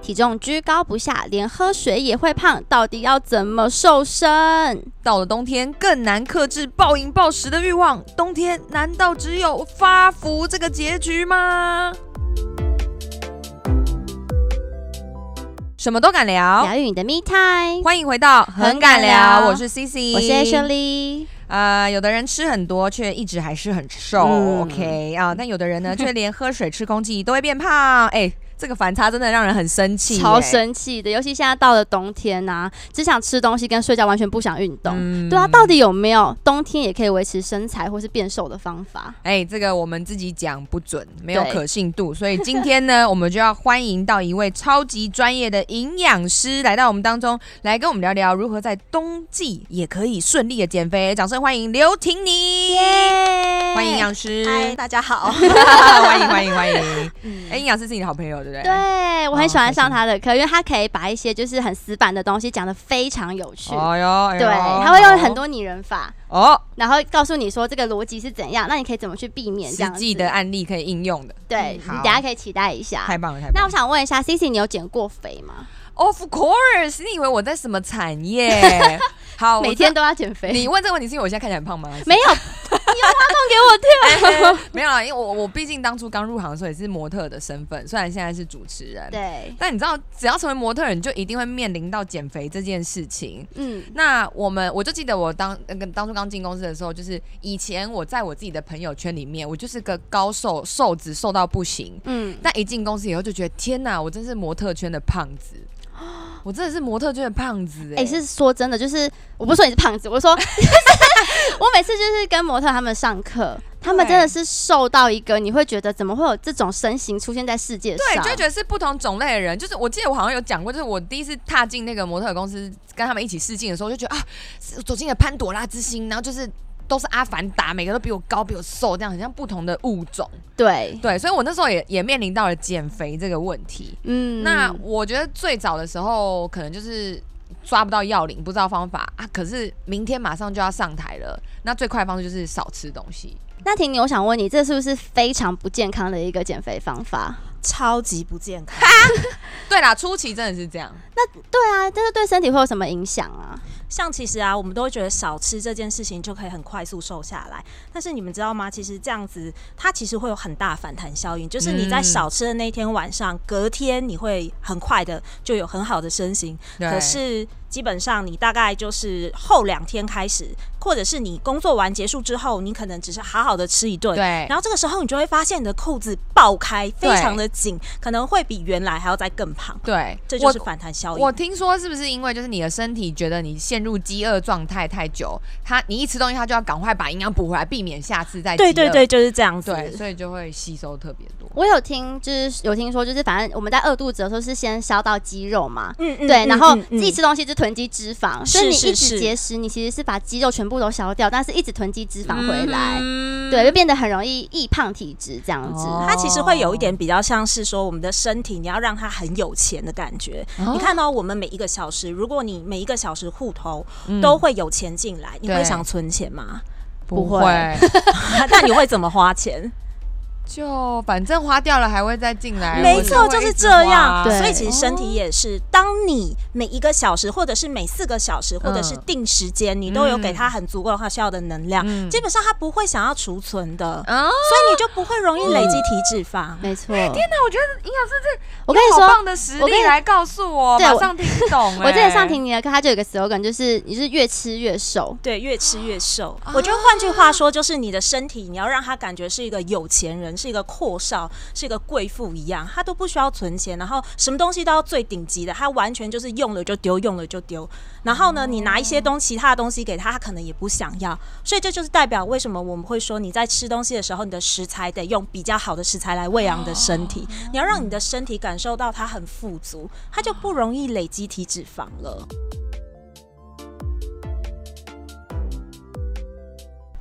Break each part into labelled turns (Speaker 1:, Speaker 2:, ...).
Speaker 1: 体重居高不下，连喝水也会胖，到底要怎么瘦身？
Speaker 2: 到了冬天，更难克制暴饮暴食的欲望。冬天难道只有发福这个结局吗？什么都敢聊，
Speaker 1: 疗愈你的 me time，
Speaker 2: 欢迎回到很敢聊，我是 C C，
Speaker 1: 我是 Ashley。
Speaker 2: 呃，有的人吃很多，却一直还是很瘦、
Speaker 1: 嗯
Speaker 2: o k 啊，但有 的人呢，却连喝水、吃空气都会变胖，哎、这个反差真的让人很生气、
Speaker 1: 超
Speaker 2: 哎
Speaker 1: 生气的，尤其现在到了冬天呐、只想吃东西跟睡觉，完全不想运动。
Speaker 2: 嗯
Speaker 1: 对啊，到底有没有冬天也可以维持身材或是变瘦的方法？
Speaker 2: 哎、这个我们自己讲不准，没有
Speaker 1: 对
Speaker 2: 可信度，所以今天呢， 我们就要欢迎到一位超级专业的营养师来到我们当中，来跟我们聊聊如何在冬季也可以顺利的减肥。掌声欢迎刘婷妮，欢迎营养师，
Speaker 3: 嗨，大家 好。
Speaker 2: 欢迎欢迎欢迎。
Speaker 1: 嗯
Speaker 2: 哎、营养师是你的好朋友，对不对？
Speaker 1: 对我很喜欢上
Speaker 2: 哦
Speaker 1: 他的课，因为他可以把一些就是很死板的东西讲得非常有趣。
Speaker 2: 哎呦，哎呦
Speaker 1: 对，他会用很多拟人法，
Speaker 2: 哦，
Speaker 1: 然后告诉你说这个逻辑是怎样，那你可以怎么去避免这
Speaker 2: 实
Speaker 1: 样子。
Speaker 2: 际的案例可以应用的，嗯
Speaker 1: 对，你
Speaker 2: 好
Speaker 1: 等下可以期待一下
Speaker 2: 太。棒了，太棒了。
Speaker 1: 那我想问一下，C C，你有减过肥吗？
Speaker 2: Of course，你以为我在什么 产业？好，我
Speaker 1: 每
Speaker 2: 知道
Speaker 1: 天都要减肥？
Speaker 2: 你问这个问题是因为我现在看起来很胖 吗？还是
Speaker 1: 没有，你有话筒给我跳。
Speaker 2: 没有啦，因为我我毕竟当初刚入行的时候也是模特的身份，虽然现在是主持人。。
Speaker 1: 对，
Speaker 2: 但你知道，只要成为模特儿，你就一定会面临到减肥这件事情。
Speaker 1: 嗯，
Speaker 2: 那我们我就记得我当那个当初刚进公司的时候，就是以前我在我自己的朋友圈里面，我就是个高瘦瘦子，瘦到不行。
Speaker 1: 嗯，
Speaker 2: 但一进公司以后就觉得，天哪，我真是模特圈的胖 子，我真的是模特圈的胖子、
Speaker 1: 哎、是说真的，就是我不是说你是胖子，我是 说我每次就是跟模特他们上课，他们
Speaker 2: 对
Speaker 1: 真的是瘦到一个你会觉得怎么会有这种身形出现在世界
Speaker 2: 对，
Speaker 1: 上？
Speaker 2: 就会觉得是不同种类的人。就是我记得我好像有讲过，就是我第一次踏进那个模特儿公司，跟他们一起试镜的时候，就觉得啊，是走进了潘朵拉之星，然后就是。都是阿凡达，每个都比我高，比我瘦，这样很像不同的物种。
Speaker 1: 对，
Speaker 2: 对，所以我那时候也也面临到了减肥这个问题。
Speaker 1: 嗯，
Speaker 2: 那我觉得最早的时候，可能就是抓不到要领，不知道方法啊。可是明天马上就要上台了，那最快的方式就是少吃东西。
Speaker 1: 那婷妮，我想问你，这是不是非常不健康的一个减肥方法？
Speaker 3: 超级不健康。
Speaker 2: 对啦，初期真的是这样。
Speaker 1: 对啊，这是对身体会有什么影响啊？
Speaker 3: 像其实啊，我们都会觉得少吃这件事情就可以很快速瘦下来，但是你们知道吗？其实这样子，它其实会有很大反弹效应，就是你在
Speaker 2: 嗯
Speaker 3: 少吃的那一天晚上，隔天你会很快的就有很好的身形，
Speaker 2: 对
Speaker 3: 可是基本上你大概就是后两天开始，或者是你工作完结束之后，你可能只是好好的吃一顿，
Speaker 2: 对
Speaker 3: 然后这个时候你就会发现你的裤子爆开，非
Speaker 2: 对
Speaker 3: 常的紧，可能会比原来还要再更胖，
Speaker 2: 对，
Speaker 3: 这
Speaker 2: 我
Speaker 3: 就是反弹效应。
Speaker 2: 我听说是不是因为就是你的身体觉得你陷入饥饿状态太久，它你一吃东西它就要赶快把营养补回来，避免下次再饥
Speaker 3: 对
Speaker 2: 饿
Speaker 3: 对对，就是这样子。
Speaker 2: 对，所以就会吸收特别多。
Speaker 1: 我有听，就是有听说，就是反正我们在饿肚子的时候是先消到肌肉嘛，
Speaker 3: 嗯嗯
Speaker 1: 对，
Speaker 3: 嗯
Speaker 1: 然后
Speaker 3: 嗯
Speaker 1: 自己吃东西就囤积脂肪，所以
Speaker 3: 是
Speaker 1: 你
Speaker 3: 是
Speaker 1: 一直
Speaker 3: 是
Speaker 1: 节食，你其实是把肌肉全部都消掉，但是一直囤积脂肪回来，
Speaker 2: 嗯
Speaker 1: 对，就变得很容易易胖体质这样子。
Speaker 2: 哦
Speaker 3: 它其实会有一点比较像是说，我们的身体你要让它很有钱的感觉。
Speaker 2: 哦
Speaker 3: 你看到、我们每一个小时，如果你每一个小时户头
Speaker 2: 嗯
Speaker 3: 都会有钱进来，你会
Speaker 2: 对
Speaker 3: 想存钱吗？
Speaker 2: 不
Speaker 1: 不
Speaker 2: 会
Speaker 1: 会，
Speaker 3: 那你会怎么花钱？
Speaker 2: 就反正花掉了还会再进来，
Speaker 3: 没
Speaker 2: 哎我
Speaker 3: 错，
Speaker 2: 会
Speaker 3: 就
Speaker 2: 一
Speaker 3: 是
Speaker 2: 直
Speaker 3: 这
Speaker 2: 花哦
Speaker 3: 样。
Speaker 1: 对
Speaker 3: 所以其实身体也是，当你每一个小时，或者是每四个小时，或者是定时间，你都有给它很足够它需要的能量
Speaker 2: 嗯，
Speaker 3: 基本上它不会想要储存的，
Speaker 2: 啊！
Speaker 3: 所以你就不会容易累积体脂肪。
Speaker 1: 没错，天
Speaker 2: 那我觉得营养师
Speaker 1: 我跟你
Speaker 2: 好
Speaker 1: 说
Speaker 2: 棒。的实
Speaker 1: 我跟
Speaker 2: 力
Speaker 1: 你
Speaker 2: 来告诉我，
Speaker 1: 对
Speaker 2: 马
Speaker 1: 我
Speaker 2: 上听 懂、
Speaker 1: 我之前
Speaker 2: 哎
Speaker 1: 上婷妮的课，她就有个 slogan，就是你是越吃越瘦，
Speaker 3: 对，越吃越瘦。我觉得换句话说，就是你的身体，你要让它感觉是一个有钱人，是一个阔少，是一个贵妇一样，他都不需要存钱，然后什么东西都要最顶级的，他完全就是用了就丢，用了就丢。然后呢，你拿一些东其他的东西给他，他可能也不想要。所以这就是代表为什么我们会说，你在吃东西的时候，你的食材得用比较好的食材来喂养你的身体，你要让你的身体感受到它很富足，它就不容易累积体脂肪了。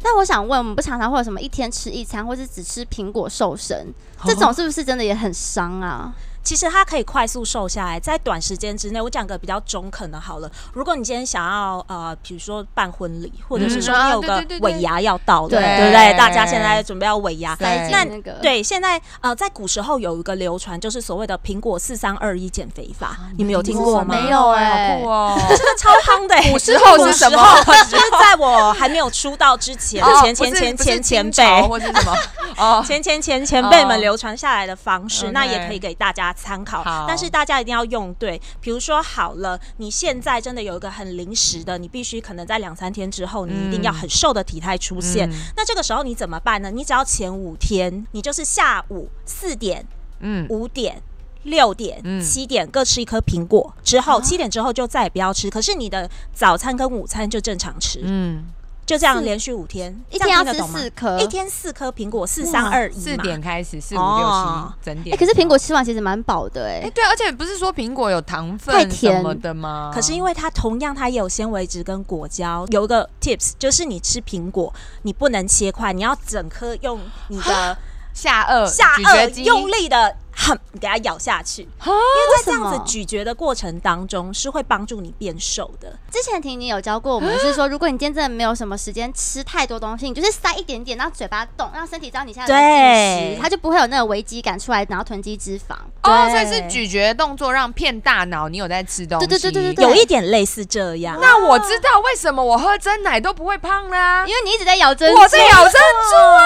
Speaker 1: 那我想问，我们不常常会有什么一天吃一餐，或是只吃苹果瘦身，这种是不是真的也很伤啊？
Speaker 3: 其实它可以快速瘦下来，在短时间之内。我讲个比较中肯的好了，如果你今天想要呃，比如说办婚礼，或者是
Speaker 2: 嗯
Speaker 3: 说你
Speaker 2: 啊
Speaker 3: 有
Speaker 2: 对
Speaker 3: 个
Speaker 2: 对对对
Speaker 3: 尾牙要到了，
Speaker 1: 对
Speaker 3: 对不对？大家现在准备要尾牙，
Speaker 1: 塞进
Speaker 2: 那
Speaker 1: 那个，
Speaker 3: 对，现在呃，在古时候有一个流传，就是所谓的苹果四三二一减肥法，
Speaker 2: 啊
Speaker 3: 你们有听过吗？
Speaker 1: 没有哎、
Speaker 2: 好酷 哦！
Speaker 3: 这个超夯的、欸。
Speaker 2: 古时候是什么 哦
Speaker 3: 古时候就是在我还没有出道之前，前前前前前辈。
Speaker 2: 或是什么哦，
Speaker 3: 前前前前辈
Speaker 2: 哦
Speaker 3: 们流传下来的方式
Speaker 2: OK
Speaker 3: 那也可以给大家参考
Speaker 2: 好。
Speaker 3: 但是大家一定要用对，比如说好了，你现在真的有一个很临时的，你必须可能在两三天之后，你一定要很瘦的体态出现。
Speaker 2: 嗯
Speaker 3: 那这个时候你怎么办呢？你只要前五天，你就是下午四点
Speaker 2: 嗯，
Speaker 3: 五点。六点
Speaker 2: 嗯、
Speaker 3: 七点各吃一颗苹果，之后七点之后就再也不要吃。可是你的早餐跟午餐就正常吃，
Speaker 2: 嗯，
Speaker 3: 就这样
Speaker 1: 四
Speaker 3: 连续五天，
Speaker 1: 一
Speaker 3: 这
Speaker 1: 天
Speaker 3: 样
Speaker 1: 要
Speaker 3: 听
Speaker 1: 吃
Speaker 3: 得懂吗
Speaker 1: 四颗，
Speaker 3: 一。天四颗苹果，四三二一嘛
Speaker 2: 四点开始，四五六
Speaker 3: 哦
Speaker 2: 七整
Speaker 1: 哎、
Speaker 2: 点。
Speaker 1: 可是苹果吃完其实蛮饱的哎、
Speaker 2: 哎，对啊，而且不是说苹果有糖
Speaker 1: 太
Speaker 2: 分
Speaker 1: 甜
Speaker 2: 什么的吗？
Speaker 3: 可是因为它同样，它也有纤维质跟果胶。有一个 tips 就是，你吃苹果，你不能切块，你要整颗用你的
Speaker 2: 下颚
Speaker 3: 下
Speaker 2: 咀嚼肌
Speaker 3: 颚用力的很给它咬下去，因
Speaker 2: 啊
Speaker 3: 为在这样
Speaker 1: 为什
Speaker 3: 子
Speaker 1: 么
Speaker 3: 咀嚼的过程当中是会帮助你变瘦的。
Speaker 1: 之前婷你有教过我们，是说如果你今天真的没有什么时间吃太多东西，你就是塞一点点，让嘴巴动，让身体知道你现在在进
Speaker 3: 对
Speaker 1: 食，它就不会有那个危机感出来，然后囤积脂肪。
Speaker 2: 哦，所
Speaker 3: 对
Speaker 2: 以是咀嚼动作让骗大脑你有在吃东西。
Speaker 1: 对对对对对
Speaker 3: 有一点类似这样。
Speaker 2: 那我知道为什么我喝真奶都不会胖啦、
Speaker 1: 因为你一直在咬珍珠，
Speaker 2: 我在咬珍珠啊！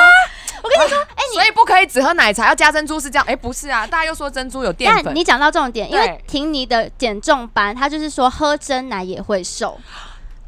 Speaker 1: 我跟你说，哎、你
Speaker 2: 所以不可以只喝奶茶，要加珍珠是这样？哎、不是啊，大家又说珍珠有淀粉
Speaker 1: 但。你讲到重点，因为
Speaker 2: 对
Speaker 1: 婷妮的减重班，她就是说喝真奶也会瘦，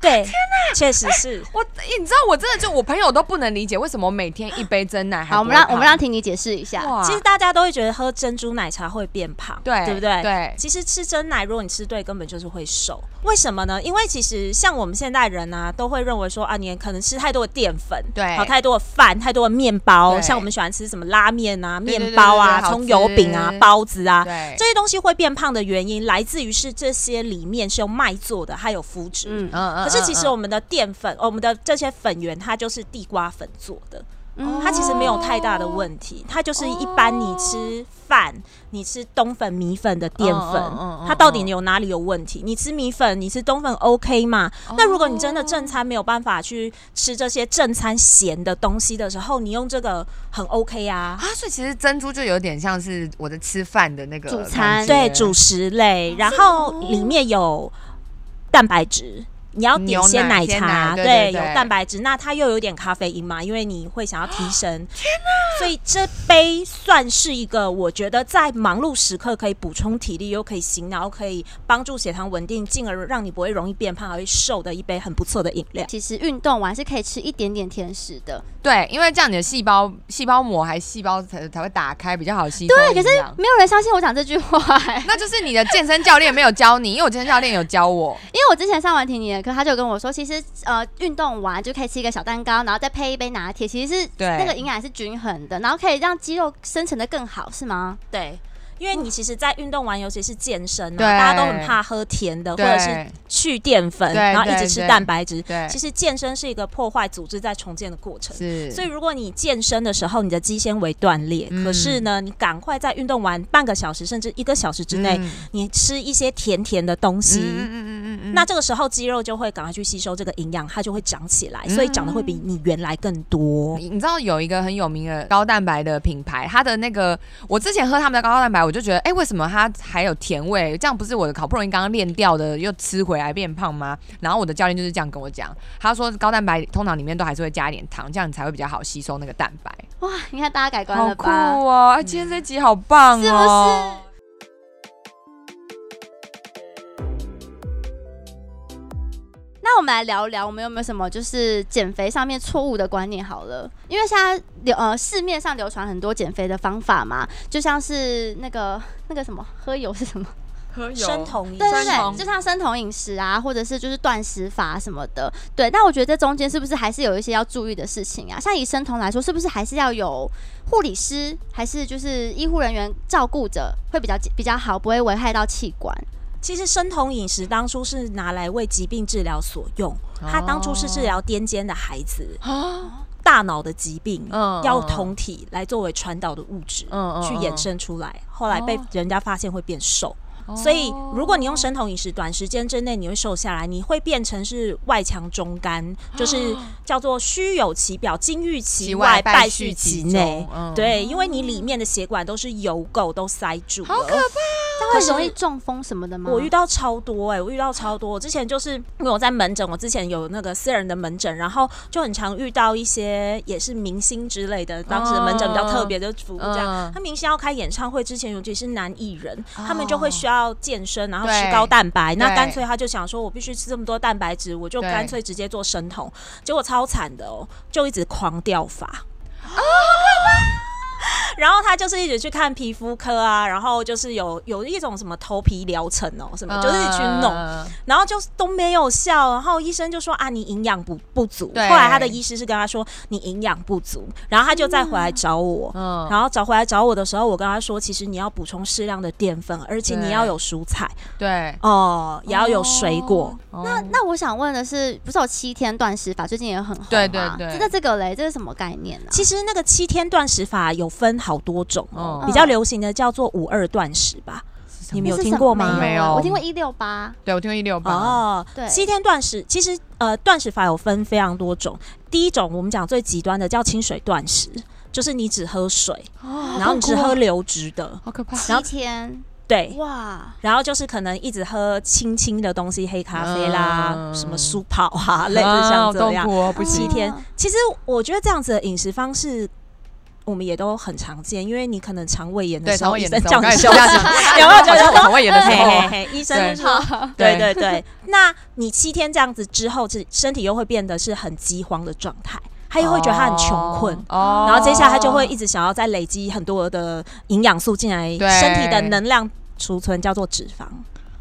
Speaker 3: 对，确实是。
Speaker 2: 我你知道我真的就我朋友都不能理解为什么我每天一杯真奶还
Speaker 1: 好，我
Speaker 2: 不
Speaker 1: 们
Speaker 2: 会
Speaker 1: 让
Speaker 2: 胖
Speaker 1: 我们让婷妮解释一下。
Speaker 2: 哇，
Speaker 3: 其实大家都会觉得喝珍珠奶茶会变胖，
Speaker 2: 啊对
Speaker 3: 对不对？
Speaker 2: 对
Speaker 3: 其实吃真奶，如果你吃对，根本就是会瘦。为什么呢？因为其实像我们现代人啊，都会认为说啊，你可能吃太多的淀粉，
Speaker 2: 对
Speaker 3: 好太多的饭，太多的面包，啊
Speaker 2: 对
Speaker 3: 像我们喜欢吃什么拉面啊、
Speaker 2: 对对
Speaker 3: 面包啊、
Speaker 2: 对对对
Speaker 3: 葱油饼
Speaker 2: 好
Speaker 3: 啊
Speaker 2: 吃、
Speaker 3: 包子啊。
Speaker 2: 对
Speaker 3: 这些东西会变胖的原因，来自于是这些里面是用麦做的，它有麸质。
Speaker 1: 嗯，
Speaker 2: 嗯嗯
Speaker 3: 可是其实
Speaker 2: 嗯
Speaker 3: 我们的淀粉，哦我们的这些粉源，它就是地瓜粉做的，
Speaker 1: 嗯
Speaker 3: 它其实没有太大的问题，它就是一般你吃饭，你吃冬粉、米粉的淀粉
Speaker 2: 嗯嗯嗯嗯，
Speaker 3: 它到底有哪里有问题？你吃米粉，你吃冬粉 OK 嘛？那
Speaker 2: 哦
Speaker 3: 如果你真的正餐没有办法去吃这些正餐咸的东西的时候，你用这个很 OK 啊。
Speaker 2: 啊，所以其实珍珠就有点像是我的吃饭的哦那个
Speaker 1: 主
Speaker 2: 感
Speaker 1: 餐
Speaker 2: 觉
Speaker 3: 对，主食类，然后里面有蛋白质。你要点
Speaker 2: 牛奶
Speaker 3: 鲜奶
Speaker 2: 鲜
Speaker 3: 茶，
Speaker 2: 奶对对
Speaker 3: 有
Speaker 2: 对
Speaker 3: 蛋白质，那它又有点咖啡因嘛，因为你会想要提神。
Speaker 2: 啊
Speaker 3: 天哪！所以这杯算是一个，我觉得在忙碌时刻可以补充体力，又可以醒脑，可以帮助血糖稳定，进而让你不会容易变胖而瘦的一杯很不错的饮料。
Speaker 1: 其实运动完是可以吃一点点甜食的，
Speaker 2: 对，因为这样你的细胞细胞膜还细胞才才会打开，比较好吸收
Speaker 1: 对，可
Speaker 2: 营
Speaker 1: 是
Speaker 2: 养
Speaker 1: 没有人相信我讲这句话、哎
Speaker 2: 那就是你的健身教练没有教你，因为我健身教练有教 我。
Speaker 1: 因为我之前上完婷妮的课，他就跟我说，其实呃运动完就可以吃一个小蛋糕，然后再配一杯拿铁，其实是
Speaker 2: 对
Speaker 1: 那个营养是均衡的，然后可以让肌肉生成的更好，是吗？
Speaker 3: 对，因为你其实，在运动完，尤其是健身啊，
Speaker 2: 对
Speaker 3: 大家都很怕喝甜的，或者是
Speaker 2: 对
Speaker 3: 去淀粉，
Speaker 2: 对
Speaker 3: 然后一
Speaker 2: 对
Speaker 3: 直吃
Speaker 2: 对
Speaker 3: 蛋白质
Speaker 2: 对。
Speaker 3: 其实健身是一个破坏组织在重建的过程。
Speaker 2: 是，
Speaker 3: 所以，如果你健身的时候你的肌纤维断裂，
Speaker 2: 嗯
Speaker 3: 可是呢，你赶快在运动完半个小时甚至一个小时之内，
Speaker 2: 嗯
Speaker 3: 你吃一些甜甜的东西，
Speaker 2: 嗯嗯
Speaker 3: 那这个时候肌肉就会赶快去吸收这个营养，它就会长起来，所以长得会
Speaker 2: 嗯
Speaker 3: 比你原来更多。
Speaker 2: 你你知道有一个很有名的高蛋白的品牌，它的那个我之前喝他们的高蛋白，我就觉得，哎、为什么它还有甜味？这样不是我好不容易刚刚练掉的，又吃回来变胖吗？然后我的教练就是这样跟我讲，他说高蛋白通常里面都还是会加一点糖，这样你才会比较好吸收那个蛋白。
Speaker 1: 哇，你看大家改观
Speaker 2: 好
Speaker 1: 了
Speaker 2: 酷
Speaker 1: 吧？
Speaker 2: 哦！哎今天这集好棒
Speaker 1: 是不
Speaker 2: 哦，
Speaker 1: 是？那我们来聊聊，我们有没有什么就是减肥上面错误的观念好了？因为现在流呃市面上流传很多减肥的方法嘛，就像是那个那个什么喝油是什么？
Speaker 2: 喝油
Speaker 3: 生酮饮
Speaker 1: 对对
Speaker 3: 食
Speaker 2: 生酮
Speaker 1: 对，就像生酮饮食啊，或者是就是断食法什么的。对，但我觉得这中间是不是还是有一些要注意的事情啊？像以生酮来说，是不是还是要有护理师，还是就是医护人员照顾着会比较比较好，不会危害到气管？
Speaker 3: 其实生酮饮食当初是拿来为疾病治疗所用，它当初是治疗癫痫的孩子。
Speaker 2: 哦啊，
Speaker 3: 大脑的疾病，
Speaker 2: 嗯
Speaker 3: 要
Speaker 2: 嗯
Speaker 3: 酮体来作为传导的物质，
Speaker 2: 嗯嗯
Speaker 3: 去
Speaker 2: 嗯
Speaker 3: 衍生出来。后来被
Speaker 2: 哦
Speaker 3: 人家发现会变瘦。所以，如果你用生酮饮食，短时间之内你会瘦下来，你会变成是外强中干，就是叫做虚有其表，金玉其
Speaker 2: 哦其
Speaker 3: 外，
Speaker 2: 外
Speaker 3: 败
Speaker 2: 败
Speaker 3: 絮
Speaker 2: 絮
Speaker 3: 其
Speaker 2: 其
Speaker 3: 内
Speaker 2: 中。嗯
Speaker 3: 对，因为你里面的血管都是油垢，都塞住了。
Speaker 2: 好可怕，
Speaker 1: 那会容易中风什么的吗？
Speaker 3: 我遇到超多哎、我遇到超多。我之前就是因为我在门诊，我之前有那个私人的门诊，然后就很常遇到一些也是明星之类的。当时的门诊比较特别，就服务这样
Speaker 2: 哦嗯。
Speaker 3: 他明星要开演唱会之前，尤其是男艺人，
Speaker 2: 哦
Speaker 3: 他们就会需要健身，然后
Speaker 2: 对
Speaker 3: 吃高蛋白。那
Speaker 2: 对
Speaker 3: 干脆他就想说，我必须吃这么多蛋白质，我就
Speaker 2: 对
Speaker 3: 干脆直接做生酮。结果超惨的哦，就一直狂掉发。
Speaker 2: 啊
Speaker 3: 然后他就是一直去看皮肤科啊，然后就是有有一种什么头皮疗程哦，什么就是去弄，
Speaker 2: 嗯
Speaker 3: 然后就是都没有效，然后医生就说啊，你营养不不足。
Speaker 2: 对
Speaker 3: 后来他的医师是跟他说你营养不足，然后他就再回来找我。
Speaker 2: 嗯，
Speaker 3: 然后找回来找我的时候，我跟他说，其实你要补充适量的淀粉，而且你
Speaker 2: 对
Speaker 3: 要有蔬菜
Speaker 2: 对，
Speaker 3: 哦、也要有水果。
Speaker 2: 那
Speaker 1: 那我想问的是，不是有七天断食法，最近也很红吗？啊
Speaker 2: 对对对
Speaker 1: 这个这个嘞，这是什么概念呢、啊？
Speaker 3: 其实那个七天断食法有分好多种哦，
Speaker 2: 哦
Speaker 3: 比较流行的叫做五二断食吧，你们有听过吗？
Speaker 1: 没
Speaker 2: 没
Speaker 1: 有
Speaker 2: 有
Speaker 1: 啊，我听过一六八，
Speaker 2: 对我听过一六八，
Speaker 3: 哦，
Speaker 1: 对
Speaker 3: 七天断食其实呃，断食法有分非常多种。第一种我们讲最极端的叫清水断食，就是你只喝水，
Speaker 2: 然
Speaker 3: 然后你只喝流质的，
Speaker 2: 哦好可哦怕，
Speaker 1: 七天，
Speaker 3: 对。
Speaker 1: 哇，
Speaker 3: 然后就是可能一直喝清清的东西，黑咖啡啦，
Speaker 2: 嗯
Speaker 3: 什么舒跑啊，类似像这样。
Speaker 2: 样不
Speaker 3: 七
Speaker 2: 行，
Speaker 3: 天
Speaker 1: 嗯，
Speaker 3: 其实我觉得这样子的饮食方式，我们也都很常见，因为你可能肠胃炎的
Speaker 2: 对，
Speaker 3: 时
Speaker 2: 肠
Speaker 3: 候，
Speaker 2: 胃
Speaker 3: 医
Speaker 2: 炎
Speaker 3: 生
Speaker 2: 的时
Speaker 3: 叫
Speaker 2: 候，
Speaker 3: 你
Speaker 2: 刚
Speaker 3: 休
Speaker 2: 才
Speaker 3: 息，有没有
Speaker 2: 就
Speaker 3: 觉得
Speaker 2: 是我肠胃炎的时
Speaker 3: 嘿嘿
Speaker 2: 候？
Speaker 3: 嘿，医生就说
Speaker 1: 好，
Speaker 3: 对对
Speaker 2: 对
Speaker 3: 对，那你七天这样子之后，是身体又会变得是很饥荒的状态，他又会觉得他很穷困。
Speaker 2: 哦
Speaker 3: 然后接下来他就会一直想要再累积很多的营养素进来，
Speaker 2: 对
Speaker 3: 身体的能量储存叫做脂肪，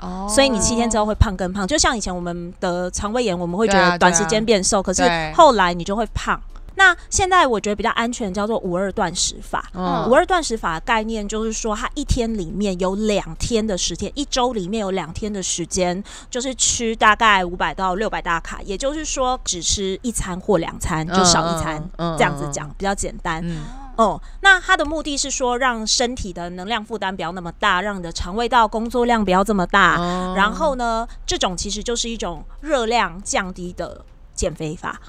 Speaker 2: 哦
Speaker 3: 所以你七天之后会胖更胖。就像以前我们的肠胃炎，我们会觉
Speaker 2: 对啊
Speaker 3: 得
Speaker 2: 对
Speaker 3: 短时
Speaker 2: 啊
Speaker 3: 间变瘦，可是
Speaker 2: 对
Speaker 3: 后来你就会胖。那现在我觉得比较安全叫做五二断食法，
Speaker 1: 嗯
Speaker 3: 五二断食法的概念就是说，它一天里面有两天的时间，一周里面有两天的时间，就是吃大概五百到六百大卡，也就是说只吃一餐或两餐，就少一餐，
Speaker 2: 嗯嗯嗯
Speaker 3: 这样子讲比较简单。
Speaker 2: 嗯
Speaker 3: 哦、那它的目的是说，让身体的能量负担不要那么大，让你的肠胃道工作量不要这么大。
Speaker 2: 哦
Speaker 3: 然后呢，这种其实就是一种热量降低的减肥法。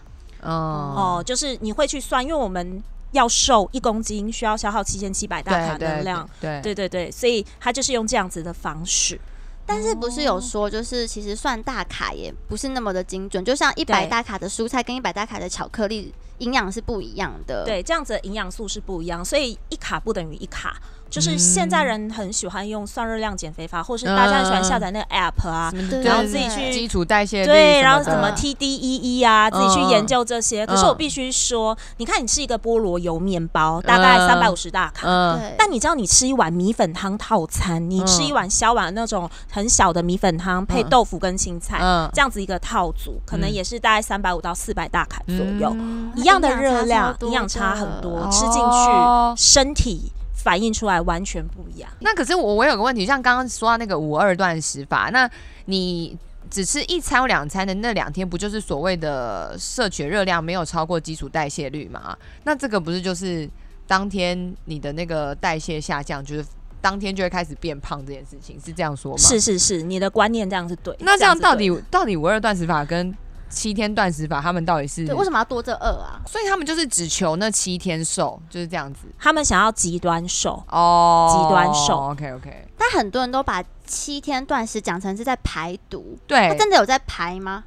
Speaker 2: 哦
Speaker 3: 哦，就是你会去算，因为我们要瘦一公斤需要消耗七千七百大卡
Speaker 2: 对
Speaker 3: 能
Speaker 2: 对
Speaker 3: 量，
Speaker 2: 对
Speaker 3: 对对对，所以它就是用这样子的方式，
Speaker 1: 但是不是有说，就是其实算大卡也不是那么的精准，就像一百
Speaker 3: 对
Speaker 1: 大卡的蔬菜跟一百大卡的巧克力营养是不一样的。，
Speaker 3: 对，这样子的营养素是不一样，所以一卡不等于一卡。就是现在人很喜欢用算热量减肥法，或是大家很喜欢下载那个 app 啊，
Speaker 1: 对
Speaker 3: 然后
Speaker 1: 对
Speaker 3: 自己
Speaker 1: 对
Speaker 3: 去
Speaker 2: 基础代谢率
Speaker 3: 对，然后
Speaker 2: 的
Speaker 3: 什么 TDEE 啊，自己去
Speaker 2: 嗯
Speaker 3: 研究这些。可是我必须说，你看你吃一个菠萝油面包，大概
Speaker 2: 嗯
Speaker 3: 三百五十大卡，
Speaker 2: 嗯
Speaker 1: 对，
Speaker 3: 但你知道，你吃一碗米粉汤套餐，你吃一碗小碗那种很小的米粉汤，配豆腐跟青菜，
Speaker 2: 嗯
Speaker 3: 这样子一个套组，可能也是大概三百五到四百大卡左右，
Speaker 2: 嗯
Speaker 3: 一样的热量，营
Speaker 1: 营
Speaker 3: 养
Speaker 1: 养
Speaker 3: 差
Speaker 1: 差超
Speaker 3: 很
Speaker 1: 多
Speaker 3: 多，
Speaker 1: 的
Speaker 3: 吃进
Speaker 2: 哦
Speaker 3: 去身体反映出来完全不一样。
Speaker 2: 那可是我我有个问题，像刚刚说到那个五二断食法，那你只吃一餐或两餐的那两天，不就是所谓的摄取热量没有超过基础代谢率吗？那这个不是就是当天你的那个代谢下降，就是当天就会开始变胖这件事情，是这样说吗？
Speaker 3: 是。是是，你的观念这样是对。
Speaker 2: 那这样
Speaker 3: 是
Speaker 2: 到
Speaker 3: 对
Speaker 2: 底到底五二断食法跟七天断食法，他们到底是
Speaker 1: 对，？为什么要多这二啊？
Speaker 2: 所以他们就是只求那七天瘦，就是这样子
Speaker 3: 他们想要极端瘦，
Speaker 2: 哦，
Speaker 3: 极端瘦
Speaker 2: OK OK，
Speaker 1: 但很多人都把七天断食讲成是在排毒，
Speaker 2: 对
Speaker 1: 他，真的有在排吗？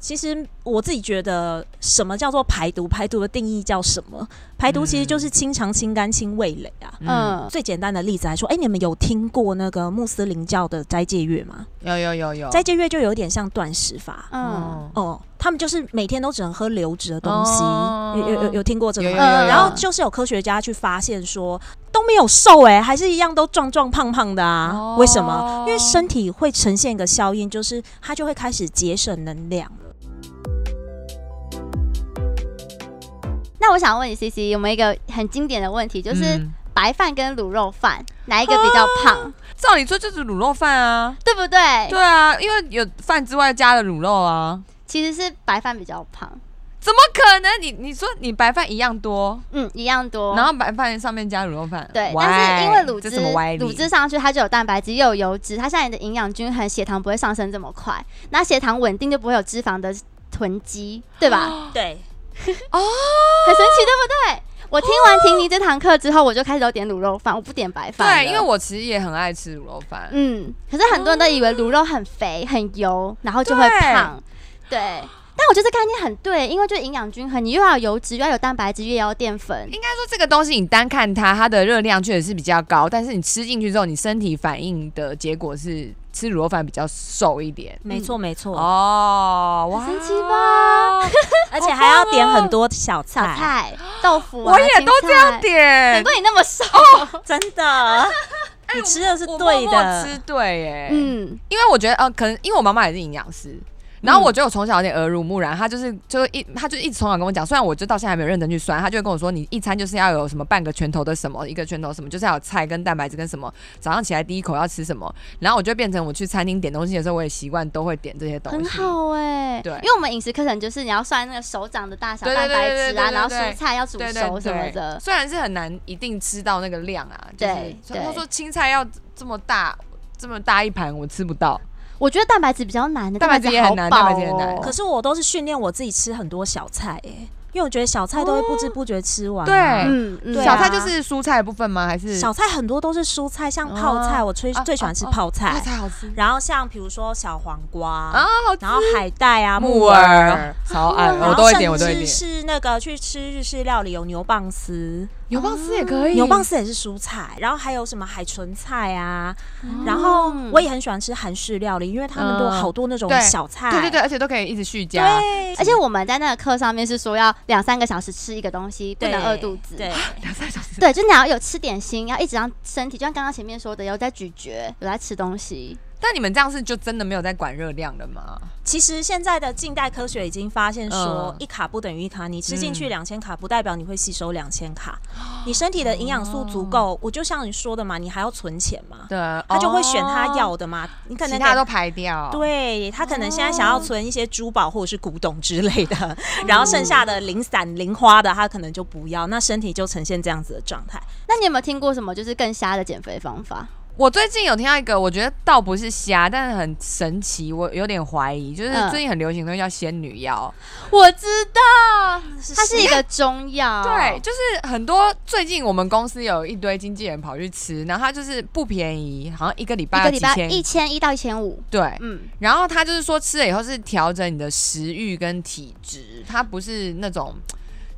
Speaker 3: 其实我自己觉得，什么叫做排毒？排毒的定义叫什么？排毒其实就是清肠、清肝、清味蕾啊。
Speaker 2: 嗯，
Speaker 1: 嗯，
Speaker 3: 最简单的例子来说，哎、你们有听过那个穆斯林教的斋戒月吗？
Speaker 2: 有有有有，
Speaker 3: 斋戒月就有点像断食法
Speaker 1: 嗯，
Speaker 3: 哦、他们就是每天都只能喝流质的东西，
Speaker 2: 哦
Speaker 3: 有有有有听过这个
Speaker 2: 有
Speaker 3: 吗？
Speaker 2: 有有
Speaker 1: 嗯
Speaker 2: 有
Speaker 3: 然后就是有科学家去发现说都没有瘦哎、还是一样都壮壮胖胖的啊？
Speaker 2: 哦
Speaker 3: 为什么？因为身体会呈现一个效应，就是它就会开始节省能量了。
Speaker 1: 那我想问你，C C 有没有一个很经典的问题，就是
Speaker 2: 嗯
Speaker 1: 白饭跟卤肉饭哪一个比较胖，
Speaker 2: 照理说就是卤肉饭啊，
Speaker 1: 对不对？
Speaker 2: 对啊，因为有饭之外加了卤肉啊，
Speaker 1: 其实是白饭比较胖，
Speaker 2: 怎么可能？你你说你白饭一样多，
Speaker 1: 嗯，一样多。
Speaker 2: 然后白饭上面加卤肉饭，
Speaker 1: 对，
Speaker 2: Why？
Speaker 1: 但是因为乳
Speaker 2: 这
Speaker 1: 汁
Speaker 2: 什么歪理
Speaker 1: 乳汁上去，它就有蛋白质又有油脂，它现在你的营养均衡，血糖不会上升这么快，那血糖稳定就不会有脂肪的囤积，对吧？
Speaker 3: 对，
Speaker 1: 很神奇，对不对？我听完婷妮这堂课之后，我就开始都点卤肉饭，我不点白饭了。
Speaker 2: 对，因为我其实也很爱吃卤肉饭，
Speaker 1: 嗯，可是很多人都以为卤肉很肥、很油，然后就会
Speaker 2: 对
Speaker 1: 胖。对，但我觉得这概念很对，因为就营养均衡，你又要有油脂，又要有蛋白质，又要有淀粉。
Speaker 2: 应该说这个东西你单看它，它的热量确实是比较高，但是你吃进去之后，你身体反应的结果是吃卤肉饭比较瘦一点。
Speaker 3: 没错没错，
Speaker 2: 哦，哇，
Speaker 1: 神奇吧？
Speaker 3: 而且还要点很多小
Speaker 1: 小
Speaker 3: 菜，
Speaker 1: 菜、豆腐、啊，
Speaker 2: 我也都
Speaker 1: 青
Speaker 2: 这样
Speaker 1: 菜。 难
Speaker 2: 点，哦
Speaker 1: 怪你那么瘦。
Speaker 3: 真的，你吃的是
Speaker 2: 哎我
Speaker 3: 对
Speaker 2: 默默
Speaker 3: 的，
Speaker 2: 吃对耶，
Speaker 1: 嗯，
Speaker 2: 因为我觉得呃，可能因为我妈妈也是营养师。然后
Speaker 3: 嗯
Speaker 2: 我觉得我从小有点耳濡目染，她就是就是一她就一直从小跟我讲，虽然我就到现在还没有认真去算，她就会跟我说，你一餐就是要有什么半个拳头的什么，一个拳头什么，就是要有菜跟蛋白质跟什么，早上起来第一口要吃什么。然后我就变成我去餐厅点东西的时候，我也习惯都会点这些东西。
Speaker 1: 很好哎、
Speaker 2: 对
Speaker 1: 因为我们饮食课程就是你要算那个手掌的大小，
Speaker 2: 对对
Speaker 1: 蛋
Speaker 2: 对
Speaker 1: 白
Speaker 2: 对
Speaker 1: 质
Speaker 2: 对对
Speaker 1: 啊，
Speaker 2: 对
Speaker 1: 然后
Speaker 2: 对
Speaker 1: 蔬菜要煮
Speaker 2: 对对
Speaker 1: 熟什么
Speaker 2: 对，
Speaker 1: 的。
Speaker 2: 虽然是很难一定吃到那个量啊，就是
Speaker 1: 对
Speaker 2: 他
Speaker 1: 对
Speaker 2: 说青菜要这么大这么大一盘，我吃不到。
Speaker 1: 我觉得蛋白质比较难的，
Speaker 2: 蛋白质也很难
Speaker 1: 好饱
Speaker 2: 蛋白质也很难
Speaker 1: 哦
Speaker 3: 可是我都是训练我自己吃很多小菜、欸，因为我觉得小菜都会不知不觉吃完、
Speaker 2: 对
Speaker 1: 嗯嗯，
Speaker 3: 对啊
Speaker 2: 小菜就是蔬菜的部分吗？还是
Speaker 3: 小菜很多都是蔬菜，像泡菜，
Speaker 2: 哦
Speaker 3: 我最
Speaker 2: 啊
Speaker 3: 最喜欢吃泡菜，
Speaker 2: 那才好吃
Speaker 3: 然后像比如说小黄瓜，
Speaker 2: 啊？好
Speaker 3: 然后海带啊、
Speaker 2: 木
Speaker 3: 木耳。
Speaker 2: 耳超爱，
Speaker 3: 然
Speaker 2: 我都
Speaker 3: 后
Speaker 2: 会点，我
Speaker 3: 甚
Speaker 2: 都会
Speaker 3: 至
Speaker 2: 点。
Speaker 3: 是那个去吃日式料理有牛蒡丝，
Speaker 2: 牛蒡丝也可以，
Speaker 3: 牛蒡丝也是蔬菜，然后还有什么海纯菜啊，然后
Speaker 1: 嗯
Speaker 3: 我也很喜欢吃韩式料理，因为他们都
Speaker 2: 嗯
Speaker 3: 有好多那种
Speaker 2: 对
Speaker 3: 小菜，
Speaker 2: 对对哎对，而且都可以一直续加。
Speaker 3: 对，
Speaker 1: 而且我们在那个课上面是说要两三个小时吃一个东西，不
Speaker 3: 对
Speaker 1: 能饿肚子。
Speaker 3: 对，
Speaker 2: 两三小时，
Speaker 1: 对，就你要有吃点心，要一直让身体，就像刚刚前面说的，有在咀嚼，有在吃东西。
Speaker 2: 但你们这样是就真的没有在管热量了吗？
Speaker 3: 其实现在的近代科学已经发现说
Speaker 2: 嗯，
Speaker 3: 一卡不等于一卡，你吃进
Speaker 2: 嗯
Speaker 3: 去两千卡，不代表你会吸收两千卡。你身体的营养素足够，我就像你说的嘛，你还要存钱嘛，
Speaker 2: 对，
Speaker 3: 他就会选
Speaker 2: 哦
Speaker 3: 他要的嘛。你可
Speaker 2: 其
Speaker 3: 能
Speaker 2: 他
Speaker 3: 给
Speaker 2: 都排掉。，
Speaker 3: 对他可能现在想要存一些珠宝或者是古董之类的，然后剩下的零散零花的他可能就不要，那身体就呈现这样子的状态。
Speaker 1: 那你有没有听过什么就是更瞎的减肥方法？
Speaker 2: 我最近有听到一个，我觉得倒不是瞎，但是很神奇，我有点怀疑，就是
Speaker 1: 嗯
Speaker 2: 最近很流行的东西叫仙女腰。
Speaker 1: 我知道，它
Speaker 3: 它
Speaker 1: 是一个中药。
Speaker 2: 对，，就是很多最近我们公司有一堆经纪人跑去吃，然后他就是不便宜，好像一个礼拜
Speaker 1: 一
Speaker 2: 要
Speaker 1: 个礼
Speaker 2: 几
Speaker 1: 拜
Speaker 2: 千。
Speaker 1: 一千一到一千五。
Speaker 2: 对，
Speaker 1: 嗯，
Speaker 2: 然后他就是说吃了以后是调整你的食欲跟体质，它不是那种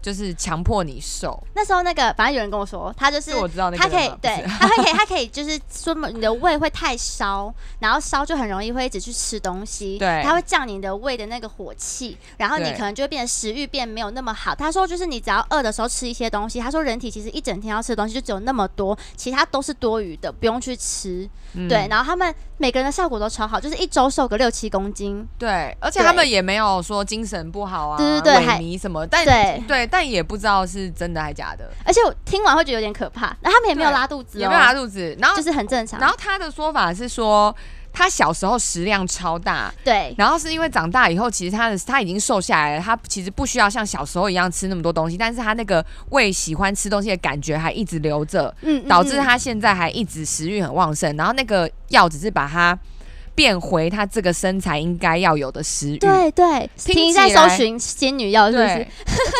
Speaker 2: 就是强迫你瘦。
Speaker 1: 那时候那个反正有人跟我说，他就是
Speaker 2: 就我知道那个
Speaker 1: 它可以
Speaker 2: 人嘛
Speaker 1: 对，它会可以，它可以就是说你的胃会太烧，然后烧就很容易会一直去吃东西，
Speaker 2: 对
Speaker 1: 它会降你的胃的那个火气，然后你
Speaker 2: 对
Speaker 1: 可能就会变得食欲变没有那么好。他说就是你只要饿的时候吃一些东西，他说人体其实一整天要吃的东西就只有那么多，其他都是多余的，不用去吃。
Speaker 2: 嗯
Speaker 1: 对，然后他们每个人的效果都超好，就是一周瘦个六七公斤，
Speaker 2: 对，而且他们也没有说精神不好啊，
Speaker 1: 对对对还
Speaker 2: 萎靡什么，但
Speaker 1: 对
Speaker 2: 但也不知道是真的还假的，
Speaker 1: 而且我听完会觉得有点可怕。那他们也没有
Speaker 2: 对
Speaker 1: 拉肚子、哦，
Speaker 2: 也没有拉肚子。然后，
Speaker 1: 就是很正常。
Speaker 2: 然后他的说法是说，他小时候食量超大，
Speaker 1: 对，
Speaker 2: 然后是因为长大以后，其实他的他已经瘦下来了，他其实不需要像小时候一样吃那么多东西，但是他那个胃喜欢吃东西的感觉还一直留着，
Speaker 1: 嗯嗯
Speaker 2: 导致
Speaker 1: 嗯
Speaker 2: 他现在还一直食欲很旺盛。然后那个药只是把它变回他这个身材应该要有的食欲。
Speaker 1: 对对，婷
Speaker 2: 听起
Speaker 1: 在搜
Speaker 2: 来
Speaker 1: 寻仙女药是不是？
Speaker 2: 对
Speaker 1: 没，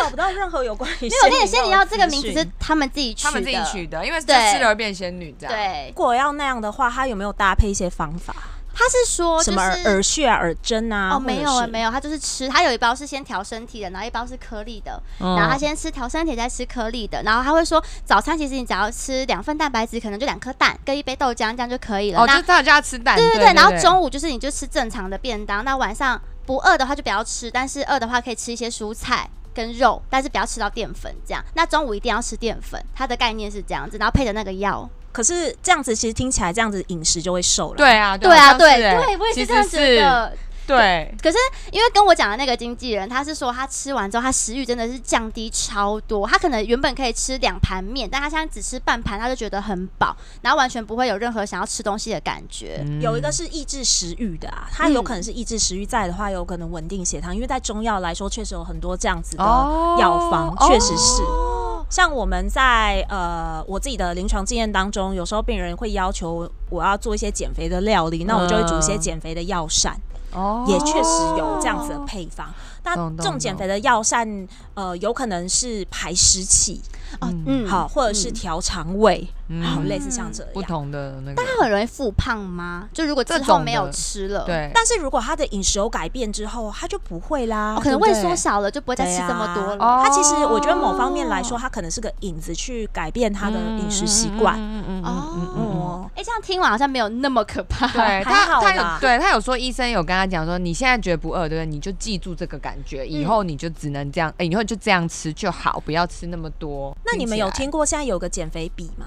Speaker 3: 找不到任何有关于
Speaker 1: 有，我跟你仙女药
Speaker 3: 药
Speaker 1: 这个名字是他们自己取的。
Speaker 2: 他们自己取的，因为是
Speaker 1: 对
Speaker 2: 吃了而变仙女这样。，
Speaker 1: 对
Speaker 3: 如，果要那样的话，他有没有搭配一些方法？
Speaker 1: 他是说
Speaker 3: 什
Speaker 1: 哦就
Speaker 3: 么耳
Speaker 1: 是
Speaker 3: 耳穴啊、耳针啊？
Speaker 1: 哦，没有
Speaker 3: 啊，
Speaker 1: 啊，没有，他就是吃，他有一包是先调身体的，然后一包是颗粒的，
Speaker 2: 嗯
Speaker 1: 然后他先吃调身体，再吃颗粒的，然后他会说早餐其实你只要吃两份蛋白质，可能就两颗蛋跟一杯豆浆这样就可以了。
Speaker 2: 哦，就
Speaker 1: 那
Speaker 2: 是他有叫他吃蛋。
Speaker 1: 对
Speaker 2: 对
Speaker 1: 对，然后中午就是你就吃正常的便当，那晚上不饿的话就不要吃，但是饿的话可以吃一些蔬菜跟肉，但是不要吃到淀粉这样。那中午一定要吃淀粉，它的概念是这样子，然后配的那个药。
Speaker 3: 可是这样子其实听起来这样子饮食就会瘦了。
Speaker 2: 对啊，
Speaker 1: 对啊，
Speaker 2: 好像
Speaker 1: 对
Speaker 2: 是欸
Speaker 1: 对，我也
Speaker 2: 其
Speaker 1: 是
Speaker 2: 实
Speaker 1: 这样觉得。
Speaker 2: 对，
Speaker 1: 可是因为跟我讲的那个经纪人，他是说他吃完之后，他食欲真的是降低超多。他可能原本可以吃两盘面，但他现在只吃半盘，他就觉得很饱，然后完全不会有任何想要吃东西的感觉。
Speaker 3: 有一个是抑制食欲的啊，它有可能是抑制食欲，在的话有可能稳定血糖，因为在中药来说，确实有很多这样子的
Speaker 2: 哦
Speaker 3: 药方，确实是。
Speaker 1: 哦，
Speaker 3: 像我们在呃我自己的临床经验当中，有时候病人会要求我要做一些减肥的料理，那我就会煮一些
Speaker 2: 嗯
Speaker 3: 减肥的药膳，
Speaker 2: 哦
Speaker 3: 也确实有这样子的配方。那
Speaker 2: 懂懂
Speaker 3: 这种减肥的药膳，呃，有可能是排湿气，
Speaker 1: 嗯，
Speaker 3: 好，或者是调肠胃，
Speaker 2: 嗯
Speaker 3: 好，类似像这
Speaker 2: 不
Speaker 3: 样。
Speaker 2: 同的那个，
Speaker 1: 他很容易复胖吗？就如果之
Speaker 2: 这
Speaker 1: 后
Speaker 2: 种
Speaker 1: 没有
Speaker 2: 的
Speaker 1: 吃了，
Speaker 2: 对，
Speaker 3: 但是如果他的饮食有改变之后，他就啊不啊会啦。
Speaker 1: 哦，可能
Speaker 2: 对
Speaker 1: 胃
Speaker 2: 不
Speaker 1: 缩
Speaker 2: 对
Speaker 1: 小了，就不会再吃这么多了。
Speaker 2: 哦
Speaker 3: 它其实我觉得某方面来说，它可能是个引子去改变他的饮食习惯。
Speaker 2: 嗯嗯嗯嗯嗯嗯
Speaker 3: 哦，
Speaker 1: 哎、这样听完好像没有那么可怕。
Speaker 2: 对啊
Speaker 3: 还
Speaker 2: 他，
Speaker 3: 好
Speaker 2: 他
Speaker 3: 啦
Speaker 2: 有对他有说，医生有跟他讲说，你现在觉得不饿，对不对？你就记住这个感觉，
Speaker 3: 嗯
Speaker 2: 以后你就只能这样，哎，以后就这样吃就好，不要吃那么多。
Speaker 3: 那你们
Speaker 2: 起来
Speaker 3: 有听过现在有个减肥笔吗？